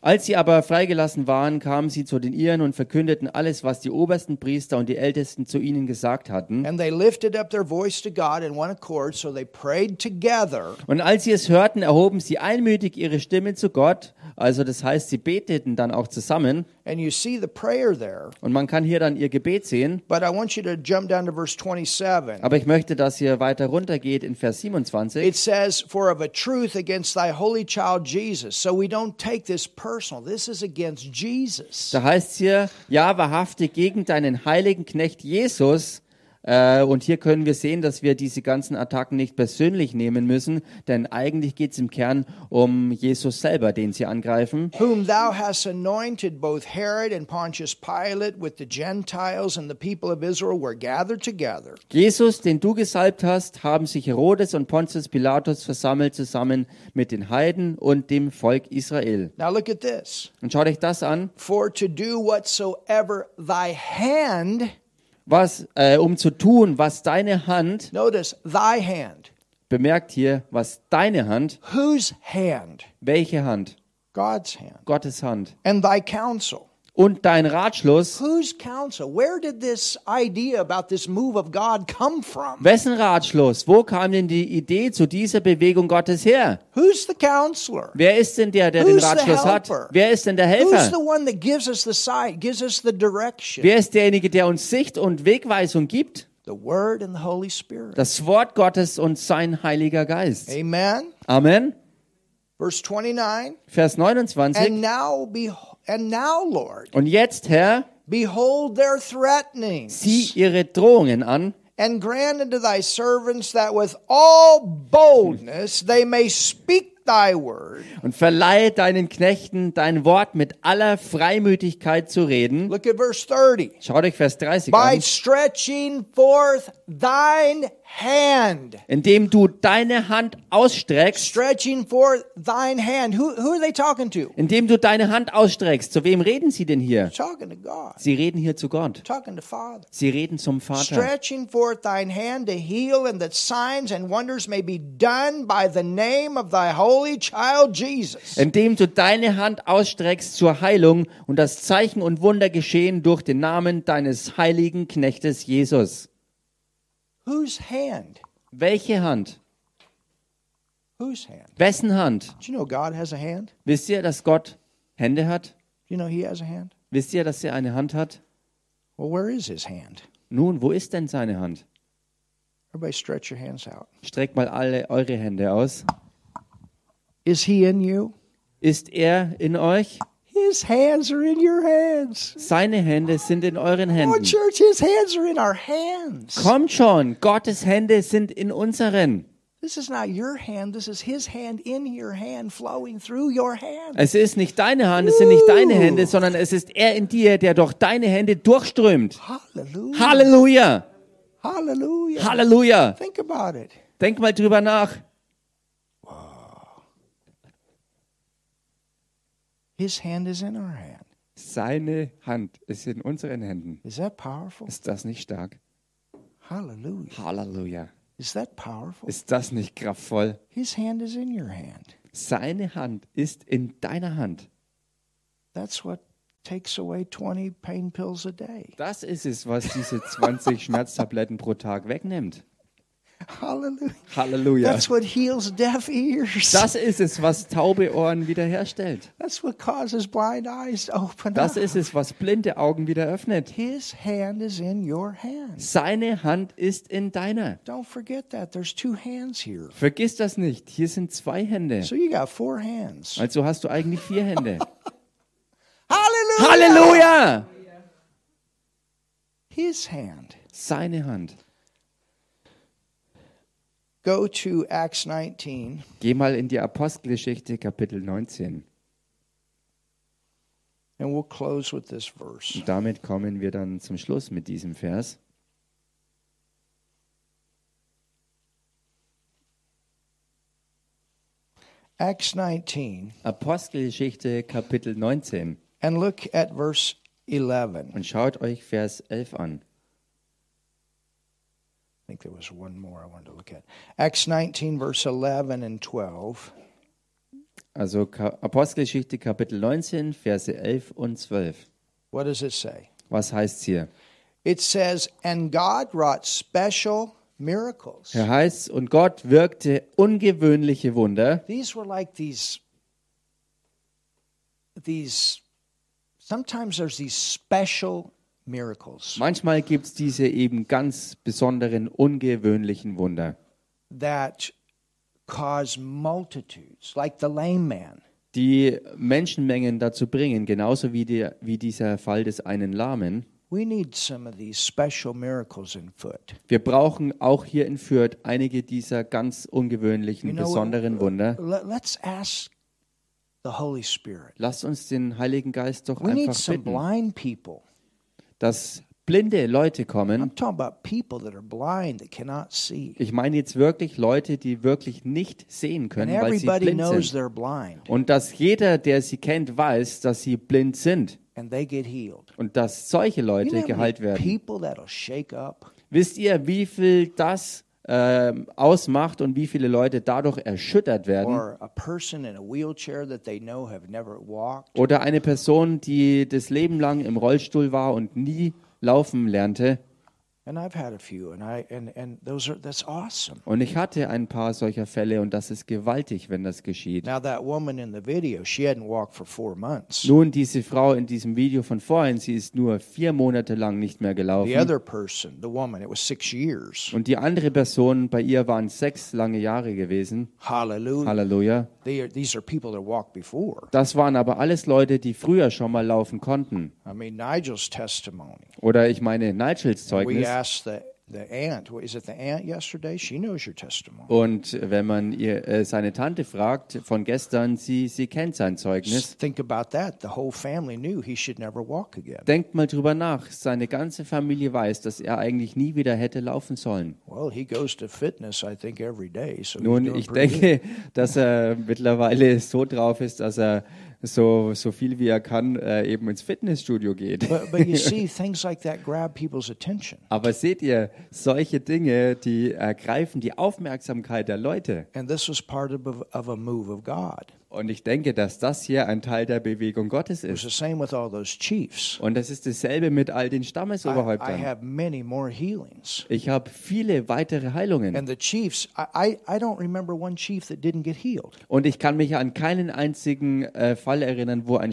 [SPEAKER 2] Als sie aber freigelassen waren, kamen sie zu den Iren und verkündeten alles, was die obersten Priester und die Ältesten zu ihnen gesagt hatten.
[SPEAKER 1] And they lifted up their voice to God in one accord, so they prayed together.
[SPEAKER 2] Und als sie es hörten, erhoben sie einmütig ihre Stimme zu Gott. Also das heißt, sie beteten dann auch zusammen.
[SPEAKER 1] And you see the prayer there.
[SPEAKER 2] Und man kann hier dann ihr Gebet sehen.
[SPEAKER 1] But I want you to jump down to verse 27.
[SPEAKER 2] Aber ich möchte, dass ihr weiter runtergeht in Vers 27.
[SPEAKER 1] It says, For of a truth against thy holy child Jesus. So we don't take this personal. This is against Jesus.
[SPEAKER 2] Da heißt es hier, ja, wahrhaftig gegen deinen heiligen Knecht Jesus. Äh, und hier können wir sehen, dass wir diese ganzen Attacken nicht persönlich nehmen müssen, denn eigentlich geht es im Kern um Jesus selber, den sie angreifen.
[SPEAKER 1] Whom thou hast anointed, both Herod and Pontius Pilate, with the Gentiles and the people of Israel, were gathered together.
[SPEAKER 2] Jesus, den du gesalbt hast, haben sich Herodes und Pontius Pilatus versammelt zusammen mit den Heiden und dem Volk Israel.
[SPEAKER 1] Now look at this.
[SPEAKER 2] Und schaut euch das an,
[SPEAKER 1] For to do whatsoever thy hand,
[SPEAKER 2] was äh, um zu tun, was deine Hand
[SPEAKER 1] notice, thy hand.
[SPEAKER 2] bemerkt hier, was deine Hand,
[SPEAKER 1] Whose hand?
[SPEAKER 2] welche Hand,
[SPEAKER 1] God's hand.
[SPEAKER 2] Gottes Hand
[SPEAKER 1] And thy counsel.
[SPEAKER 2] und dein Ratschluss,
[SPEAKER 1] Whose counsel? Where did this idea about this move of God come from?
[SPEAKER 2] wessen Ratschluss? Wo kam denn die Idee zu dieser Bewegung Gottes her?
[SPEAKER 1] Who's the counselor?
[SPEAKER 2] Wer ist denn der, der den
[SPEAKER 1] Who's the
[SPEAKER 2] Ratschluss hat?
[SPEAKER 1] helper?
[SPEAKER 2] Wer ist denn der
[SPEAKER 1] Who's the
[SPEAKER 2] Helfer?
[SPEAKER 1] one that gives us the sight, gives us the direction?
[SPEAKER 2] Wer ist derjenige, der uns Sicht und Wegweisung gibt?
[SPEAKER 1] The Word and the Holy Spirit.
[SPEAKER 2] Das Wort Gottes und sein Heiliger Geist.
[SPEAKER 1] Amen.
[SPEAKER 2] Amen.
[SPEAKER 1] Verse 29.
[SPEAKER 2] Vers 29.
[SPEAKER 1] And now be and now, Lord,
[SPEAKER 2] Und jetzt, Herr,
[SPEAKER 1] behold their threatenings,
[SPEAKER 2] zieh ihre Drohungen an
[SPEAKER 1] and grant unto thy servants that with all boldness they may speak thy word.
[SPEAKER 2] und verleihe deinen Knechten dein Wort mit aller Freimütigkeit zu reden.
[SPEAKER 1] Look at verse 30.
[SPEAKER 2] Schaut euch Vers 30
[SPEAKER 1] By
[SPEAKER 2] an.
[SPEAKER 1] stretching forth thine hand.
[SPEAKER 2] Indem du deine Hand ausstreckst,
[SPEAKER 1] Stretching forth thine hand. Who, who are they talking to?
[SPEAKER 2] indem du deine Hand ausstreckst. Zu wem reden sie denn hier?
[SPEAKER 1] Talking to God.
[SPEAKER 2] Sie reden hier zu Gott.
[SPEAKER 1] Talking to Father.
[SPEAKER 2] Sie reden zum Vater.
[SPEAKER 1] Stretching forth thine hand to heal, and that signs and wonders may be done by the name of thy holy child Jesus.
[SPEAKER 2] Indem du deine Hand ausstreckst zur Heilung und das Zeichen und Wunder geschehen durch den Namen deines heiligen Knechtes Jesus.
[SPEAKER 1] Whose hand?
[SPEAKER 2] Welche Hand?
[SPEAKER 1] Whose hand?
[SPEAKER 2] Wessen Hand?
[SPEAKER 1] Do you know God has a hand?
[SPEAKER 2] Wisst ihr, dass Gott Hände hat?
[SPEAKER 1] Do you know He has a hand?
[SPEAKER 2] Wisst ihr, dass er eine Hand hat?
[SPEAKER 1] Well, where is His hand?
[SPEAKER 2] Nun, wo ist denn seine Hand?
[SPEAKER 1] Everybody stretch your hands out.
[SPEAKER 2] Streckt mal alle eure Hände aus.
[SPEAKER 1] Is He in you?
[SPEAKER 2] Ist er in euch?
[SPEAKER 1] His hands are in your hands.
[SPEAKER 2] Seine Hände sind in euren
[SPEAKER 1] Oh,
[SPEAKER 2] Händen.
[SPEAKER 1] church, His hands are in our hands.
[SPEAKER 2] Kommt schon, Gottes Hände sind in unseren.
[SPEAKER 1] This is not your hand. This is His hand in your hand, flowing through your hand.
[SPEAKER 2] Es ist nicht deine Hand, es sind nicht deine
[SPEAKER 1] Uh.
[SPEAKER 2] Hände, sondern es ist er in dir, der durch deine Hände durchströmt.
[SPEAKER 1] Hallelujah.
[SPEAKER 2] Halleluja!
[SPEAKER 1] Hallelujah.
[SPEAKER 2] Halleluja!
[SPEAKER 1] Think about it.
[SPEAKER 2] Denk mal drüber nach.
[SPEAKER 1] His hand is in our hand.
[SPEAKER 2] Seine Hand ist in unseren Händen.
[SPEAKER 1] Is that powerful?
[SPEAKER 2] Ist das nicht stark?
[SPEAKER 1] Hallelujah.
[SPEAKER 2] Halleluja!
[SPEAKER 1] Is that powerful?
[SPEAKER 2] Ist das nicht kraftvoll?
[SPEAKER 1] His hand is in your hand.
[SPEAKER 2] Seine Hand ist in deiner Hand.
[SPEAKER 1] That's what takes away 20 pain pills a day.
[SPEAKER 2] Das ist es, was diese 20 Schmerztabletten pro Tag wegnimmt.
[SPEAKER 1] Hallelujah.
[SPEAKER 2] Halleluja.
[SPEAKER 1] That's what heals deaf ears.
[SPEAKER 2] Das ist es, was taube Ohren wiederherstellt.
[SPEAKER 1] That's what causes blind eyes to open
[SPEAKER 2] Das
[SPEAKER 1] up.
[SPEAKER 2] ist es, was blinde Augen wieder öffnet.
[SPEAKER 1] His hand is in your hand.
[SPEAKER 2] Seine Hand ist in deiner.
[SPEAKER 1] Don't forget that. There's two hands here.
[SPEAKER 2] Vergiss das nicht. Hier sind zwei Hände.
[SPEAKER 1] So you got four hands.
[SPEAKER 2] Also hast du eigentlich vier Hände.
[SPEAKER 1] Hallelujah.
[SPEAKER 2] Halleluja!
[SPEAKER 1] His hand.
[SPEAKER 2] Seine Hand.
[SPEAKER 1] Go to Acts 19.
[SPEAKER 2] Geh mal in die Apostelgeschichte Kapitel 19.
[SPEAKER 1] And we'll close with this verse.
[SPEAKER 2] Und damit kommen wir dann zum Schluss mit diesem Vers.
[SPEAKER 1] Acts 19.
[SPEAKER 2] Apostelgeschichte Kapitel 19.
[SPEAKER 1] And look at verse 11. I
[SPEAKER 2] Und schaut euch Vers 11 an.
[SPEAKER 1] think there was one more I wanted to look at. Acts 19, verse 11 and 12.
[SPEAKER 2] Also Ka Apostelgeschichte Kapitel 19, Verse 11 und 12.
[SPEAKER 1] What does it say?
[SPEAKER 2] Was heißt hier?
[SPEAKER 1] It says, And God wrought special miracles.
[SPEAKER 2] Hier heißt und Gott wirkte ungewöhnliche Wunder.
[SPEAKER 1] These were like these, these, sometimes there's these special miracles
[SPEAKER 2] Manchmal gibt es diese eben ganz besonderen, ungewöhnlichen Wunder,
[SPEAKER 1] that cause multitudes, like the lame man.
[SPEAKER 2] die Menschenmengen dazu bringen, genauso wie, die, wie dieser Fall des einen Lahmen.
[SPEAKER 1] We need some of these special miracles in foot.
[SPEAKER 2] Wir brauchen auch hier in Fürth einige dieser ganz ungewöhnlichen, besonderen
[SPEAKER 1] uh,
[SPEAKER 2] Wunder.
[SPEAKER 1] Let, let's ask the Holy Spirit.
[SPEAKER 2] Lasst uns den Heiligen Geist doch
[SPEAKER 1] We need
[SPEAKER 2] einfach
[SPEAKER 1] some
[SPEAKER 2] bitten,
[SPEAKER 1] blind people.
[SPEAKER 2] dass blinde Leute kommen
[SPEAKER 1] I'm talking about people that are blind that cannot see.
[SPEAKER 2] Ich meine jetzt wirklich Leute, die wirklich nicht sehen
[SPEAKER 1] And
[SPEAKER 2] können, weil sie
[SPEAKER 1] everybody
[SPEAKER 2] blind
[SPEAKER 1] knows
[SPEAKER 2] sind.
[SPEAKER 1] they're blind
[SPEAKER 2] Und dass jeder, der sie kennt, weiß, dass sie blind sind.
[SPEAKER 1] and they get healed.
[SPEAKER 2] Und dass solche
[SPEAKER 1] You know
[SPEAKER 2] Leute
[SPEAKER 1] how many
[SPEAKER 2] geheilt werden.
[SPEAKER 1] people that'll shake up.
[SPEAKER 2] Wisst ihr, wie viel das ähm, ausmacht und wie viele Leute dadurch erschüttert werden?
[SPEAKER 1] Or a person in a wheelchair that they know have never walked.
[SPEAKER 2] Oder eine Person, die das Leben lang im Rollstuhl war und nie laufen lernte.
[SPEAKER 1] And I've had a few and I and, and those are that's awesome.
[SPEAKER 2] Und ich hatte ein paar solcher Fälle und das ist gewaltig, wenn das geschieht.
[SPEAKER 1] Now that woman in the video, she hadn't walked for four months.
[SPEAKER 2] Nun, diese Frau in diesem Video von vorhin, sie ist nur vier Monate lang nicht mehr
[SPEAKER 1] The
[SPEAKER 2] gelaufen.
[SPEAKER 1] other person, the woman, it was six years.
[SPEAKER 2] Und die andere Person, bei ihr waren sechs lange Jahre gewesen.
[SPEAKER 1] Hallelujah.
[SPEAKER 2] Halleluja.
[SPEAKER 1] They are, these are people that walked before.
[SPEAKER 2] Das waren aber alles Leute, die früher schon mal laufen konnten.
[SPEAKER 1] I mean, Nigel's testimony.
[SPEAKER 2] Oder ich meine Nigels
[SPEAKER 1] We
[SPEAKER 2] Zeugnis.
[SPEAKER 1] asked the, the aunt, is it the aunt yesterday? She knows your testimony.
[SPEAKER 2] Und wenn man ihr, äh, seine Tante fragt von gestern, sie, sie kennt sein Zeugnis.
[SPEAKER 1] Just think about that. The whole family knew he should never walk again.
[SPEAKER 2] Denkt mal drüber nach. Seine ganze Familie weiß, dass er eigentlich nie wieder hätte laufen sollen.
[SPEAKER 1] Well, he goes to fitness, I think, every day. So he's
[SPEAKER 2] Nun,
[SPEAKER 1] doing
[SPEAKER 2] ich
[SPEAKER 1] pretty good.
[SPEAKER 2] denke, dass er mittlerweile so drauf ist, dass er so, so viel wie er kann äh, eben ins Fitnessstudio geht.
[SPEAKER 1] But, but you see, things like that grab people's attention.
[SPEAKER 2] Aber seht ihr, solche Dinge, die ergreifen die Aufmerksamkeit der Leute.
[SPEAKER 1] And this was part of, a- of a move of God.
[SPEAKER 2] Und ich denke, dass das hier ein Teil der Bewegung Gottes
[SPEAKER 1] It was
[SPEAKER 2] ist.
[SPEAKER 1] the same with all those chiefs.
[SPEAKER 2] Und das ist dasselbe mit all den
[SPEAKER 1] I, I
[SPEAKER 2] Stammesoberhäuptern.
[SPEAKER 1] have many more healings.
[SPEAKER 2] Ich habe viele weitere Heilungen.
[SPEAKER 1] And the chiefs, I, I, I don't remember one chief that didn't get healed.
[SPEAKER 2] Und ich kann mich an keinen einzigen äh, Fall erinnern, wo ein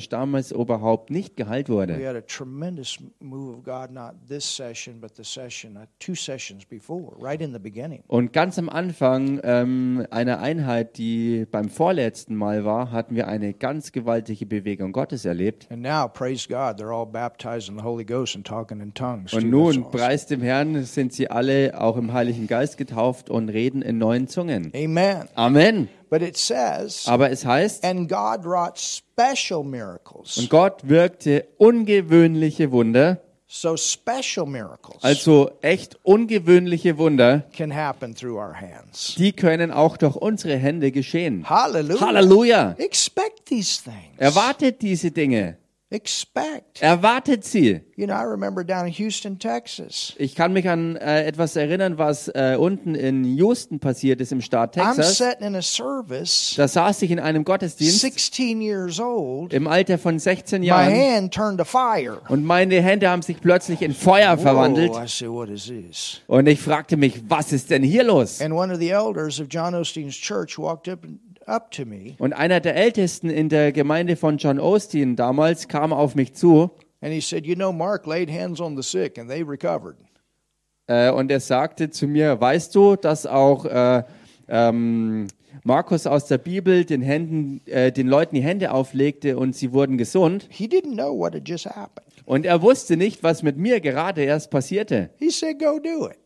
[SPEAKER 2] Stammesoberhaupt nicht geheilt
[SPEAKER 1] We
[SPEAKER 2] wurde.
[SPEAKER 1] had a tremendous move of God, not this session, but the session, uh, two sessions before, right in the beginning.
[SPEAKER 2] Und ganz am Anfang ähm, einer Einheit, die beim vorletzten Mal war, hatten wir eine ganz gewaltige Bewegung Gottes erlebt.
[SPEAKER 1] And now, praise God, they're all baptized in the Holy Ghost and talking in tongues. too.
[SPEAKER 2] Und
[SPEAKER 1] That's
[SPEAKER 2] nun,
[SPEAKER 1] awesome.
[SPEAKER 2] preis dem Herrn, sind sie alle auch im Heiligen Geist getauft und reden in neuen Zungen.
[SPEAKER 1] Amen.
[SPEAKER 2] Amen.
[SPEAKER 1] But it says,
[SPEAKER 2] Aber es heißt,
[SPEAKER 1] and God wrought special miracles.
[SPEAKER 2] und Gott wirkte ungewöhnliche Wunder,
[SPEAKER 1] So special miracles
[SPEAKER 2] also echt ungewöhnliche Wunder,
[SPEAKER 1] can happen through our hands.
[SPEAKER 2] die können auch durch unsere Hände geschehen.
[SPEAKER 1] Hallelujah.
[SPEAKER 2] Halleluja! Er
[SPEAKER 1] Expect these things.
[SPEAKER 2] Erwartet diese Dinge.
[SPEAKER 1] Expect.
[SPEAKER 2] Erwartet sie.
[SPEAKER 1] You know, I remember down in Houston, Texas.
[SPEAKER 2] Ich kann mich an äh, etwas erinnern, was äh, unten in Houston passiert ist im Staat
[SPEAKER 1] I'm
[SPEAKER 2] Texas.
[SPEAKER 1] sitting in a service,
[SPEAKER 2] Da saß ich in einem Gottesdienst
[SPEAKER 1] 16 years old.
[SPEAKER 2] im Alter von 16
[SPEAKER 1] My
[SPEAKER 2] Jahren
[SPEAKER 1] hand turned to fire.
[SPEAKER 2] und meine Hände haben sich plötzlich in Feuer verwandelt
[SPEAKER 1] Whoa, I said, what is this?
[SPEAKER 2] und ich fragte mich, was ist denn hier los?
[SPEAKER 1] And one of the elders of John Osteen's church walked up up to me
[SPEAKER 2] Und einer der Ältesten in der Gemeinde von John Osteen damals kam auf mich zu
[SPEAKER 1] and he said, "You know, Mark laid hands on the sick and they recovered."
[SPEAKER 2] äh, und er sagte zu mir, weißt du, dass auch äh, ähm, Markus aus der Bibel den, Händen, äh, den Leuten die Hände auflegte und sie wurden gesund?
[SPEAKER 1] He didn't know what had just happened.
[SPEAKER 2] Und er wusste nicht, was mit mir gerade erst passierte.
[SPEAKER 1] He said, "Go do it."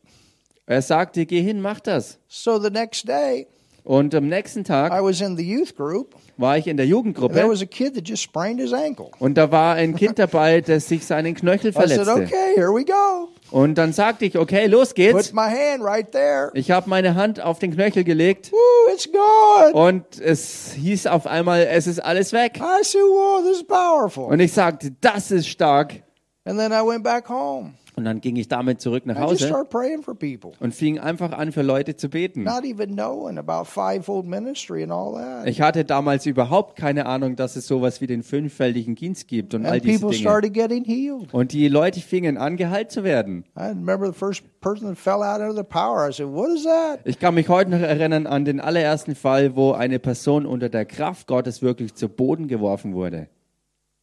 [SPEAKER 2] Er sagte, geh hin, mach das.
[SPEAKER 1] So the next day,
[SPEAKER 2] Und am nächsten Tag
[SPEAKER 1] I was in the youth group.
[SPEAKER 2] war ich in der
[SPEAKER 1] There
[SPEAKER 2] Jugendgruppe
[SPEAKER 1] was a kid that just sprained his ankle.
[SPEAKER 2] und da war ein Kind dabei, das sich seinen Knöchel
[SPEAKER 1] I said,
[SPEAKER 2] verletzte.
[SPEAKER 1] "Okay, here we go."
[SPEAKER 2] Und dann sagte ich, okay, los
[SPEAKER 1] Put
[SPEAKER 2] geht's.
[SPEAKER 1] my hand right there.
[SPEAKER 2] Ich habe meine Hand auf den Knöchel gelegt
[SPEAKER 1] Woo, it's gone.
[SPEAKER 2] und es hieß auf einmal, es ist alles weg.
[SPEAKER 1] I said, "Whoa, this is powerful."
[SPEAKER 2] Und ich sagte, das ist stark.
[SPEAKER 1] And then I went back home.
[SPEAKER 2] Und dann ging ich damit zurück nach
[SPEAKER 1] I just
[SPEAKER 2] Hause
[SPEAKER 1] started praying for people.
[SPEAKER 2] und fing einfach an, für Leute zu beten.
[SPEAKER 1] not even knowing about fivefold ministry and all that.
[SPEAKER 2] Ich hatte damals überhaupt keine Ahnung, dass es sowas wie den fünffältigen Dienst gibt und all
[SPEAKER 1] And
[SPEAKER 2] diese
[SPEAKER 1] people
[SPEAKER 2] Dinge.
[SPEAKER 1] started getting healed.
[SPEAKER 2] Und die Leute fingen an, geheilt zu werden.
[SPEAKER 1] I remember the first person that fell out under the power. I said, What is that?
[SPEAKER 2] Ich kann mich heute noch erinnern an den allerersten Fall, wo eine Person unter der Kraft Gottes wirklich zu Boden geworfen wurde.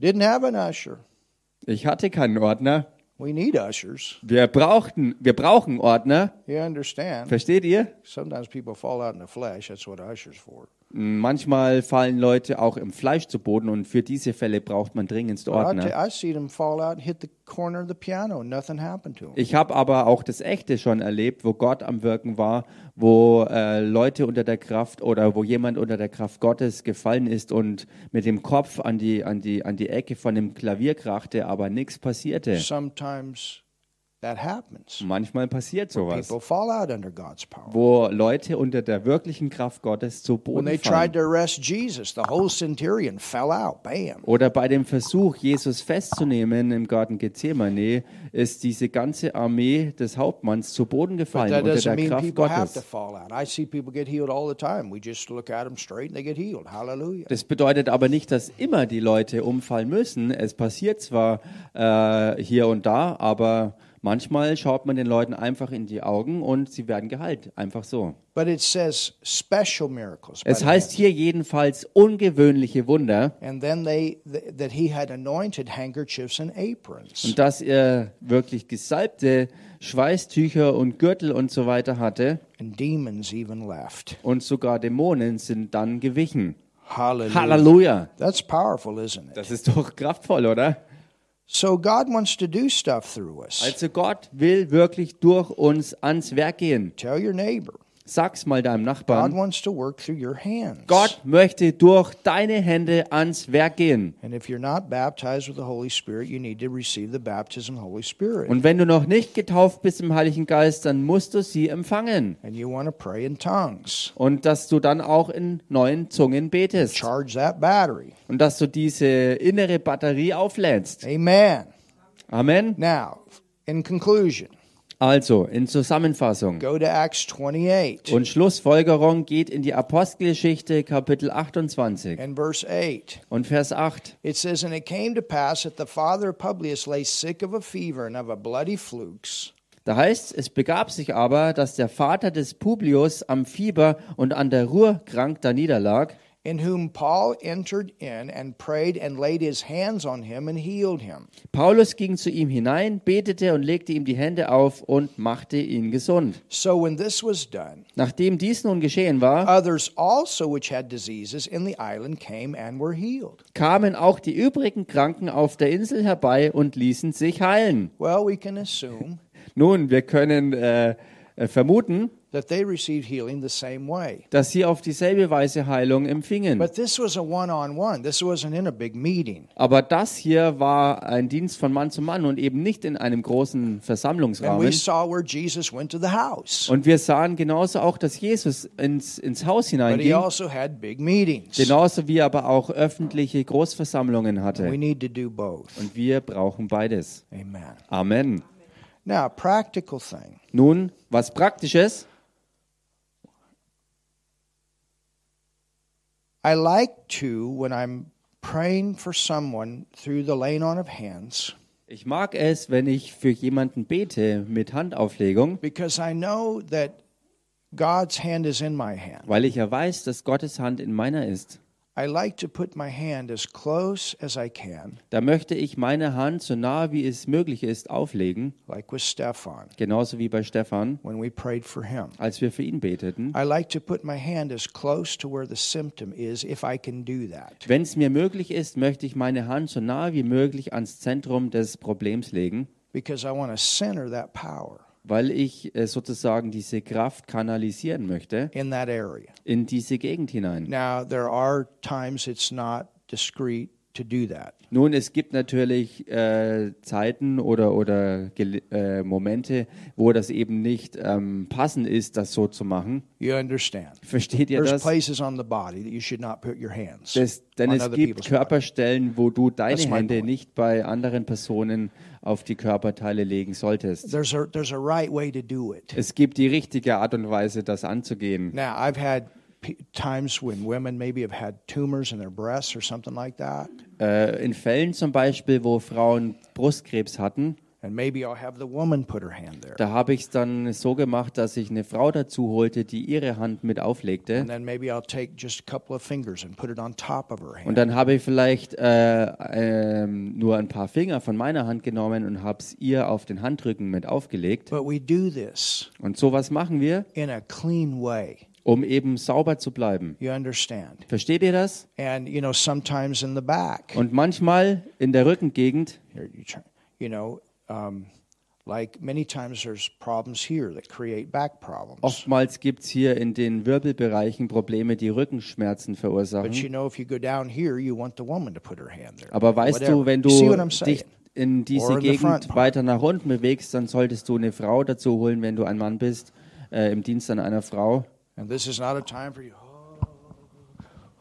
[SPEAKER 1] Didn't have an usher.
[SPEAKER 2] Ich hatte keinen Ordner.
[SPEAKER 1] We need ushers.
[SPEAKER 2] Wir brauchten, wir brauchen Ordner.
[SPEAKER 1] You understand?
[SPEAKER 2] Versteht ihr?
[SPEAKER 1] Sometimes people fall out in the flesh. That's what ushers for.
[SPEAKER 2] Manchmal fallen Leute auch im Fleisch zu Boden und für diese Fälle braucht man dringendst
[SPEAKER 1] But I, tell-
[SPEAKER 2] Ordner.
[SPEAKER 1] I see them fall out and hit the corner of the piano. Nothing happened to them.
[SPEAKER 2] Ich habe aber auch das Echte schon erlebt, wo Gott am Wirken war, wo äh, Leute unter der Kraft oder wo jemand unter der Kraft Gottes gefallen ist und mit dem Kopf an die, an die, an die Ecke von dem Klavier krachte, aber nichts passierte.
[SPEAKER 1] Sometimes that happens.
[SPEAKER 2] Manchmal passiert sowas,
[SPEAKER 1] People fall out under God's power.
[SPEAKER 2] wo Leute unter der wirklichen Kraft Gottes zu
[SPEAKER 1] When
[SPEAKER 2] Boden
[SPEAKER 1] they
[SPEAKER 2] fallen.
[SPEAKER 1] tried to arrest Jesus, the whole centurion fell out. Bam.
[SPEAKER 2] Oder bei dem Versuch, Jesus festzunehmen im Garten Gethsemane, ist diese ganze Armee des Hauptmanns zu Boden gefallen
[SPEAKER 1] That
[SPEAKER 2] unter
[SPEAKER 1] doesn't
[SPEAKER 2] der
[SPEAKER 1] mean
[SPEAKER 2] Kraft
[SPEAKER 1] people have to
[SPEAKER 2] Gottes.
[SPEAKER 1] fall out. I see people get healed all the time. We just look at them straight and they get healed. Hallelujah.
[SPEAKER 2] Das bedeutet aber nicht, dass immer die Leute umfallen müssen. Es passiert zwar äh, hier und da, aber manchmal schaut man den Leuten einfach in die Augen und sie werden geheilt. Einfach so.
[SPEAKER 1] But it says special miracles. by
[SPEAKER 2] Es
[SPEAKER 1] the
[SPEAKER 2] heißt
[SPEAKER 1] way.
[SPEAKER 2] hier jedenfalls ungewöhnliche Wunder.
[SPEAKER 1] and then they th- that he had anointed handkerchiefs and aprons.
[SPEAKER 2] Und dass er wirklich gesalbte Schweißtücher und Gürtel und so weiter hatte.
[SPEAKER 1] And demons even left.
[SPEAKER 2] Und sogar Dämonen sind dann gewichen.
[SPEAKER 1] Hallelujah.
[SPEAKER 2] Halleluja!
[SPEAKER 1] That's powerful, isn't it?
[SPEAKER 2] Das ist doch kraftvoll, oder?
[SPEAKER 1] So God wants to do stuff through us.
[SPEAKER 2] Also Gott will wirklich durch uns ans Werk gehen.
[SPEAKER 1] Tell your neighbor.
[SPEAKER 2] Sag's mal deinem
[SPEAKER 1] God
[SPEAKER 2] Nachbarn.
[SPEAKER 1] wants to work through your hands.
[SPEAKER 2] Gott möchte durch deine Hände ans Werk gehen.
[SPEAKER 1] And if you're not baptized with the Holy Spirit, you need to receive the baptism of the Holy Spirit.
[SPEAKER 2] Und wenn du noch nicht getauft bist im Heiligen Geist, dann musst du sie empfangen.
[SPEAKER 1] and you want to pray in tongues.
[SPEAKER 2] Und dass du dann auch in neuen Zungen betest.
[SPEAKER 1] Charge that battery.
[SPEAKER 2] Und dass du diese innere Batterie auflädst.
[SPEAKER 1] Amen.
[SPEAKER 2] Amen.
[SPEAKER 1] Now, in conclusion,
[SPEAKER 2] Also, in Zusammenfassung.
[SPEAKER 1] go to Acts 28
[SPEAKER 2] Und Schlussfolgerung geht in die Apostelgeschichte Kapitel 28
[SPEAKER 1] and verse 8.
[SPEAKER 2] und Vers 8.
[SPEAKER 1] It says, And it came to pass that the father of Publius lay sick of a fever and of a bloody flukes.
[SPEAKER 2] Da heißt, es begab sich aber, dass der Vater des Publius am Fieber und an der Ruhr krank daniederlag.
[SPEAKER 1] In whom Paul entered in and prayed and laid his hands on him and healed him.
[SPEAKER 2] Paulus ging zu ihm hinein, betete und legte ihm die Hände auf und machte ihn gesund.
[SPEAKER 1] So when this was done,
[SPEAKER 2] Nachdem dies nun geschehen war,
[SPEAKER 1] others also which had diseases in the island came and were healed.
[SPEAKER 2] kamen auch die übrigen Kranken auf der Insel herbei und ließen sich heilen.
[SPEAKER 1] Well, we can assume
[SPEAKER 2] Nun, wir können äh, äh, vermuten,
[SPEAKER 1] that they received healing the same way.
[SPEAKER 2] dass sie auf dieselbe Weise Heilung empfingen.
[SPEAKER 1] But this was a one on one. This wasn't in a big meeting.
[SPEAKER 2] Aber das hier war ein Dienst von Mann zu Mann und eben nicht in einem großen
[SPEAKER 1] And we
[SPEAKER 2] Versammlungsrahmen.
[SPEAKER 1] saw where Jesus went to the house.
[SPEAKER 2] Und wir sahen genauso auch, dass Jesus ins, ins Haus
[SPEAKER 1] But he
[SPEAKER 2] hineinging,
[SPEAKER 1] also had big meetings.
[SPEAKER 2] genauso wie er aber auch öffentliche Großversammlungen hatte.
[SPEAKER 1] We need to do both.
[SPEAKER 2] Und wir brauchen beides.
[SPEAKER 1] Amen.
[SPEAKER 2] Amen.
[SPEAKER 1] Now, a practical thing.
[SPEAKER 2] Nun, was Praktisches.
[SPEAKER 1] I like to, when I'm praying for someone through the laying on of hands,
[SPEAKER 2] Ich mag es, wenn ich für jemanden bete mit Handauflegung,
[SPEAKER 1] because I know that God's hand is in my hand.
[SPEAKER 2] weil ich ja weiß, dass Gottes Hand in meiner ist.
[SPEAKER 1] I like to put my hand as close as I can,
[SPEAKER 2] Da möchte ich meine Hand so nah wie es möglich ist auflegen,
[SPEAKER 1] like with Stefan
[SPEAKER 2] genauso wie bei Stefan,
[SPEAKER 1] when we prayed for him.
[SPEAKER 2] als wir für ihn beteten.
[SPEAKER 1] I like to put my hand as close to where the symptom is if I can do that.
[SPEAKER 2] Wenn es mir möglich ist, möchte ich meine Hand so nah wie möglich ans Zentrum des Problems legen,
[SPEAKER 1] because I want to center that power
[SPEAKER 2] weil ich äh, sozusagen diese Kraft kanalisieren möchte
[SPEAKER 1] in that area.
[SPEAKER 2] in diese Gegend hinein.
[SPEAKER 1] Now, there are times it's not discreet to do that.
[SPEAKER 2] Nun, es gibt natürlich äh, Zeiten oder, oder Gele- äh, Momente, wo das eben nicht ähm, passend ist, das so zu machen.
[SPEAKER 1] You understand?
[SPEAKER 2] Versteht ihr
[SPEAKER 1] There's
[SPEAKER 2] das?
[SPEAKER 1] places on the body that you should not put your hands.
[SPEAKER 2] das denn
[SPEAKER 1] on
[SPEAKER 2] es
[SPEAKER 1] other
[SPEAKER 2] gibt
[SPEAKER 1] people's body.
[SPEAKER 2] Körperstellen, wo du deine
[SPEAKER 1] That's my
[SPEAKER 2] Hände
[SPEAKER 1] point.
[SPEAKER 2] nicht bei anderen Personen auf die Körperteile legen solltest.
[SPEAKER 1] There's a there's a right way to do it.
[SPEAKER 2] Es gibt die richtige Art und Weise, das anzugehen.
[SPEAKER 1] Now, I've had p- times when women maybe have had tumors in their breasts or something like that,
[SPEAKER 2] Äh, in Fällen zum Beispiel, wo Frauen Brustkrebs hatten,
[SPEAKER 1] and maybe I'll have the woman put her hand there,
[SPEAKER 2] da habe ich es dann so gemacht, dass ich eine Frau dazu holte, die ihre Hand mit auflegte.
[SPEAKER 1] and then maybe I'll take just a couple of fingers and put it on top of her hand.
[SPEAKER 2] Und dann habe ich vielleicht äh, ähm, nur ein paar Finger von meiner Hand genommen und habe es ihr auf den Handrücken mit aufgelegt.
[SPEAKER 1] But we do this
[SPEAKER 2] Und sowas machen wir,
[SPEAKER 1] in a clean way.
[SPEAKER 2] um eben sauber zu bleiben.
[SPEAKER 1] You understand?
[SPEAKER 2] Versteht ihr das?
[SPEAKER 1] And you know, sometimes in the back,
[SPEAKER 2] Und manchmal in der Rückengegend,
[SPEAKER 1] here you turn, you know, um, like many times there's problems here that create back problems.
[SPEAKER 2] Oh, oftmals gibt es hier in den Wirbelbereichen Probleme, die Rückenschmerzen
[SPEAKER 1] But
[SPEAKER 2] verursachen.
[SPEAKER 1] you know, if you go down here, you want the woman to put her hand there.
[SPEAKER 2] Aber weißt
[SPEAKER 1] Whatever.
[SPEAKER 2] du, wenn
[SPEAKER 1] You see what
[SPEAKER 2] du
[SPEAKER 1] I'm
[SPEAKER 2] dich
[SPEAKER 1] saying?
[SPEAKER 2] in
[SPEAKER 1] Or
[SPEAKER 2] diese
[SPEAKER 1] in the front
[SPEAKER 2] Gegend
[SPEAKER 1] part.
[SPEAKER 2] weiter nach unten bewegst, dann solltest du eine Frau dazu holen, wenn du ein Mann bist, äh, im Dienst an einer Frau.
[SPEAKER 1] And this is not a time for you.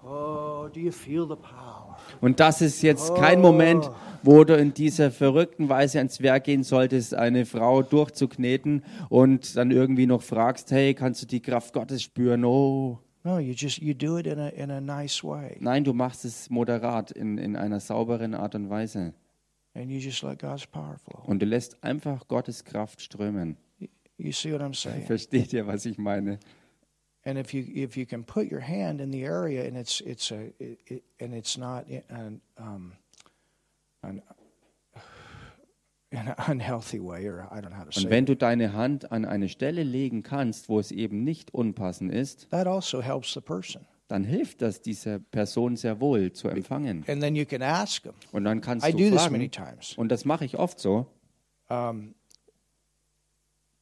[SPEAKER 1] Oh, oh, do you feel the power?
[SPEAKER 2] Und das ist jetzt
[SPEAKER 1] Oh.
[SPEAKER 2] kein Moment, wo du in dieser verrückten Weise ans Werk gehen solltest, eine Frau durchzukneten und dann irgendwie noch fragst, hey, kannst du die Kraft Gottes spüren? Oh.
[SPEAKER 1] No, you just you do it in a in a nice way,
[SPEAKER 2] Nein, du machst es moderat, in, in einer sauberen Art und Weise.
[SPEAKER 1] and you just let God's power flow.
[SPEAKER 2] Und du lässt einfach Gottes Kraft strömen.
[SPEAKER 1] You see what I'm saying?
[SPEAKER 2] Versteht ihr, was ich meine?
[SPEAKER 1] And if you if you can put your hand in the area and it's it's a it, it, and it's not i- an um an in an unhealthy way or I don't know how to say
[SPEAKER 2] Und wenn du deine Hand an eine Stelle legen kannst, wo es eben nicht unpassend ist,
[SPEAKER 1] it. that also helps the person.
[SPEAKER 2] dann hilft das dieser Person sehr wohl zu empfangen.
[SPEAKER 1] And then you can ask them.
[SPEAKER 2] Und dann kannst
[SPEAKER 1] I do
[SPEAKER 2] du
[SPEAKER 1] this many
[SPEAKER 2] fragen,
[SPEAKER 1] times.
[SPEAKER 2] und das mache ich oft so,
[SPEAKER 1] Um,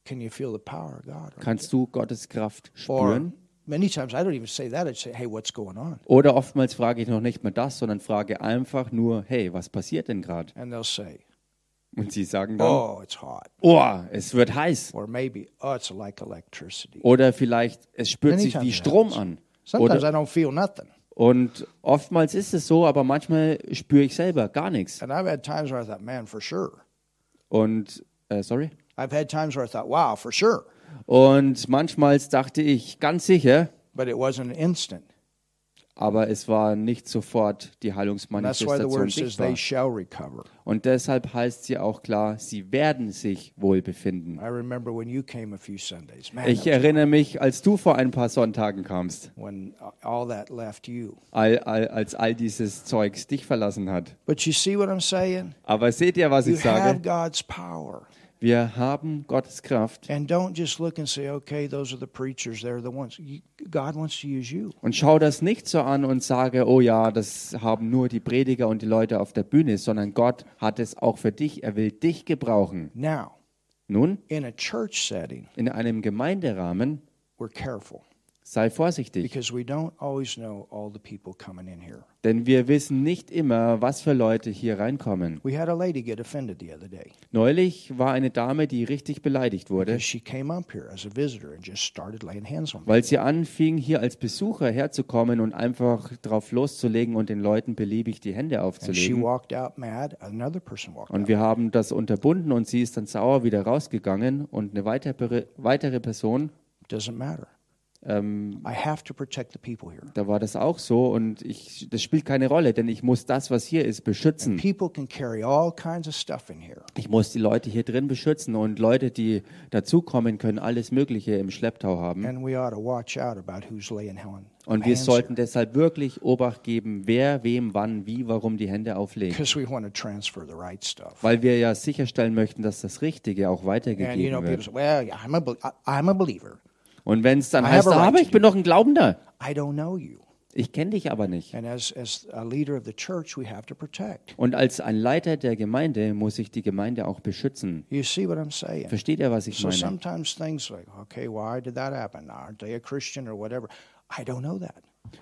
[SPEAKER 1] can you feel the power of God? right
[SPEAKER 2] kannst du Gottes Kraft
[SPEAKER 1] Or
[SPEAKER 2] spüren?
[SPEAKER 1] many times I don't even say that. I say, "Hey, what's going on?"
[SPEAKER 2] Oder oftmals frage ich noch nicht mal das, sondern frage einfach nur, hey, was passiert denn gerade?
[SPEAKER 1] And they'll say,
[SPEAKER 2] Und sie sagen dann,
[SPEAKER 1] "Oh, it's hot,"
[SPEAKER 2] oh, es wird heiß.
[SPEAKER 1] or maybe, "Oh, it's like electricity."
[SPEAKER 2] Oder vielleicht, es spürt
[SPEAKER 1] Many
[SPEAKER 2] sich wie
[SPEAKER 1] times it
[SPEAKER 2] Strom an.
[SPEAKER 1] happens. Sometimes
[SPEAKER 2] Oder,
[SPEAKER 1] I don't feel nothing,
[SPEAKER 2] und oftmals ist es so, aber manchmal spüre ich selber gar nichts.
[SPEAKER 1] and I've had times where I thought, "Man, for sure."
[SPEAKER 2] Und, äh, sorry.
[SPEAKER 1] I've had times where I thought, "Wow, for sure,"
[SPEAKER 2] Und manchmal dachte ich ganz sicher,
[SPEAKER 1] but it wasn't an instant.
[SPEAKER 2] aber es war nicht sofort
[SPEAKER 1] And that's why
[SPEAKER 2] die
[SPEAKER 1] the
[SPEAKER 2] Heilungsmanifestation
[SPEAKER 1] word says
[SPEAKER 2] sichtbar.
[SPEAKER 1] they shall recover.
[SPEAKER 2] Und deshalb heißt sie auch klar, sie werden sich wohl befinden.
[SPEAKER 1] I remember when you came a few Sundays, man,
[SPEAKER 2] Ich
[SPEAKER 1] that was-
[SPEAKER 2] erinnere mich, als du vor ein paar Sonntagen kamst,
[SPEAKER 1] when all that left you.
[SPEAKER 2] all, all, als all dieses Zeugs dich verlassen hat.
[SPEAKER 1] But you see what I'm saying?
[SPEAKER 2] Aber seht ihr, was
[SPEAKER 1] You
[SPEAKER 2] ich sage?
[SPEAKER 1] have God's power.
[SPEAKER 2] Wir haben Gottes Kraft.
[SPEAKER 1] And don't just look and say, okay, those are the preachers, they're the ones. You, God wants to use you.
[SPEAKER 2] Und schau das nicht so an und sage, oh ja, das haben nur die Prediger und die Leute auf der Bühne, sondern Gott hat es auch für dich. Er will dich gebrauchen.
[SPEAKER 1] Now,
[SPEAKER 2] Nun,
[SPEAKER 1] in a church setting,
[SPEAKER 2] in einem Gemeinderahmen
[SPEAKER 1] we're careful
[SPEAKER 2] Sei vorsichtig,
[SPEAKER 1] because we don't always know all the people coming in here.
[SPEAKER 2] denn wir wissen nicht immer, was für Leute hier reinkommen.
[SPEAKER 1] We had a lady get offended the other day
[SPEAKER 2] Neulich war eine Dame, die richtig beleidigt wurde,
[SPEAKER 1] because she came up here as a visitor and just started laying hands on people.
[SPEAKER 2] weil sie anfing, hier als Besucher herzukommen und einfach drauf loszulegen und den Leuten beliebig die Hände
[SPEAKER 1] And she
[SPEAKER 2] aufzulegen.
[SPEAKER 1] walked out mad. Another person walked
[SPEAKER 2] Und
[SPEAKER 1] out.
[SPEAKER 2] wir haben das unterbunden und sie ist dann sauer wieder rausgegangen und eine weitere, weitere Person,
[SPEAKER 1] Doesn't matter.
[SPEAKER 2] ähm,
[SPEAKER 1] I have to protect the people here.
[SPEAKER 2] da war das auch so und ich, das spielt keine Rolle, denn ich muss das, was hier ist, beschützen.
[SPEAKER 1] People can carry all kinds of stuff in here.
[SPEAKER 2] Ich muss die Leute hier drin beschützen und Leute, die dazukommen, können alles Mögliche im Schlepptau haben.
[SPEAKER 1] And we ought to watch out about who's laying hand.
[SPEAKER 2] Und wir sollten deshalb wirklich Obacht geben, wer, wem, wann, wie, warum die Hände auflegt.
[SPEAKER 1] Because we want to transfer the right stuff.
[SPEAKER 2] Weil wir ja sicherstellen möchten, dass das Richtige
[SPEAKER 1] And
[SPEAKER 2] auch
[SPEAKER 1] you know,
[SPEAKER 2] weitergegeben
[SPEAKER 1] people
[SPEAKER 2] wird.
[SPEAKER 1] say, well, yeah, I'm, a bel- I- I'm a believer.
[SPEAKER 2] Und wenn es dann
[SPEAKER 1] I
[SPEAKER 2] heißt, "Ah,
[SPEAKER 1] have a right
[SPEAKER 2] aber
[SPEAKER 1] to
[SPEAKER 2] ich bin doch ein Glaubender.
[SPEAKER 1] I don't know you.
[SPEAKER 2] Ich kenne dich aber nicht.
[SPEAKER 1] And as, as a leader of the church, we have to protect.
[SPEAKER 2] Und als ein Leiter der Gemeinde muss ich die Gemeinde auch beschützen.
[SPEAKER 1] You see what I'm saying?
[SPEAKER 2] Versteht ihr, was ich
[SPEAKER 1] So
[SPEAKER 2] meine?
[SPEAKER 1] sometimes things like, okay, why did that happen? Aren't they a Christian or whatever? I don't know that.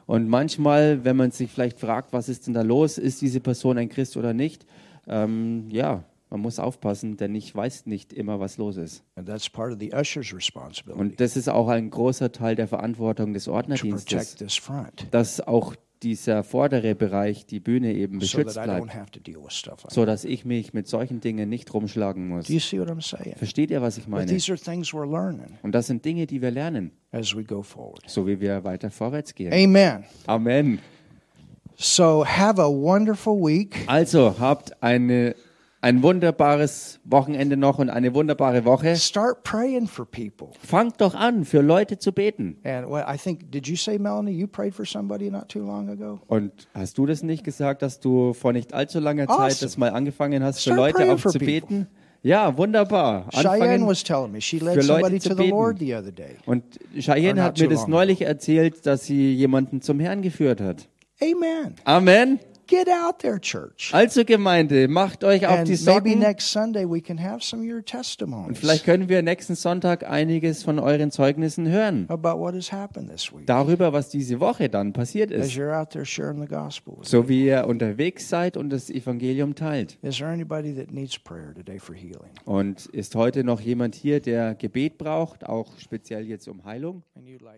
[SPEAKER 2] Und manchmal, wenn man sich vielleicht fragt, was ist denn da los, ist diese Person ein Christ oder nicht, ähm, ja, man muss aufpassen, denn ich weiß nicht immer, was los ist.
[SPEAKER 1] And that's part of the usher's responsibility
[SPEAKER 2] Und das ist auch ein großer Teil der Verantwortung des
[SPEAKER 1] to protect
[SPEAKER 2] Ordnerdienstes,
[SPEAKER 1] this front
[SPEAKER 2] dass auch dieser vordere Bereich, die Bühne eben
[SPEAKER 1] so
[SPEAKER 2] beschützt
[SPEAKER 1] that I don't
[SPEAKER 2] bleibt,
[SPEAKER 1] have to deal with stuff like that.
[SPEAKER 2] so dass ich mich mit solchen Dingen nicht rumschlagen muss.
[SPEAKER 1] Do you see what I'm saying?
[SPEAKER 2] Versteht ihr, was ich
[SPEAKER 1] But
[SPEAKER 2] meine?
[SPEAKER 1] these are things we're learning
[SPEAKER 2] Und das sind Dinge, die wir lernen,
[SPEAKER 1] as we go forward.
[SPEAKER 2] so wie wir weiter vorwärts gehen.
[SPEAKER 1] Amen.
[SPEAKER 2] Amen.
[SPEAKER 1] So have a wonderful week.
[SPEAKER 2] Also habt eine, ein wunderbares Wochenende noch und eine wunderbare Woche.
[SPEAKER 1] Start praying for people.
[SPEAKER 2] Fangt doch an, für Leute zu beten.
[SPEAKER 1] And well, I think, did you say, Melanie, you prayed for somebody not too long ago?
[SPEAKER 2] Und hast du das nicht gesagt, dass du vor nicht allzu langer
[SPEAKER 1] Awesome.
[SPEAKER 2] Zeit das mal angefangen hast, für
[SPEAKER 1] Start
[SPEAKER 2] Leute
[SPEAKER 1] Oh, praying
[SPEAKER 2] auch
[SPEAKER 1] for
[SPEAKER 2] zu
[SPEAKER 1] people.
[SPEAKER 2] beten? Ja, wunderbar.
[SPEAKER 1] Cheyenne
[SPEAKER 2] Anfangen.
[SPEAKER 1] was telling me she
[SPEAKER 2] für
[SPEAKER 1] led
[SPEAKER 2] Leute
[SPEAKER 1] somebody
[SPEAKER 2] zu
[SPEAKER 1] to the
[SPEAKER 2] beten.
[SPEAKER 1] Lord the other day.
[SPEAKER 2] Und
[SPEAKER 1] Or
[SPEAKER 2] Cheyenne
[SPEAKER 1] not
[SPEAKER 2] hat mir
[SPEAKER 1] too
[SPEAKER 2] das
[SPEAKER 1] long
[SPEAKER 2] neulich erzählt, dass sie jemanden zum Herrn geführt hat.
[SPEAKER 1] Amen.
[SPEAKER 2] Amen.
[SPEAKER 1] Get out there, church.
[SPEAKER 2] Also Gemeinde, macht euch auf
[SPEAKER 1] And
[SPEAKER 2] die
[SPEAKER 1] maybe
[SPEAKER 2] Socken.
[SPEAKER 1] next Sunday we can have some of your testimonies
[SPEAKER 2] Vielleicht können wir nächsten Sonntag einiges von euren Zeugnissen hören.
[SPEAKER 1] about what has happened this week
[SPEAKER 2] Darüber, was diese Woche dann passiert ist.
[SPEAKER 1] as you're out there sharing the gospel. with
[SPEAKER 2] so wie ihr unterwegs seid und das Evangelium teilt.
[SPEAKER 1] Is there anybody that needs prayer today for healing?
[SPEAKER 2] Und ist heute noch jemand hier, der Gebet braucht, auch speziell jetzt um Heilung?
[SPEAKER 1] And you'd like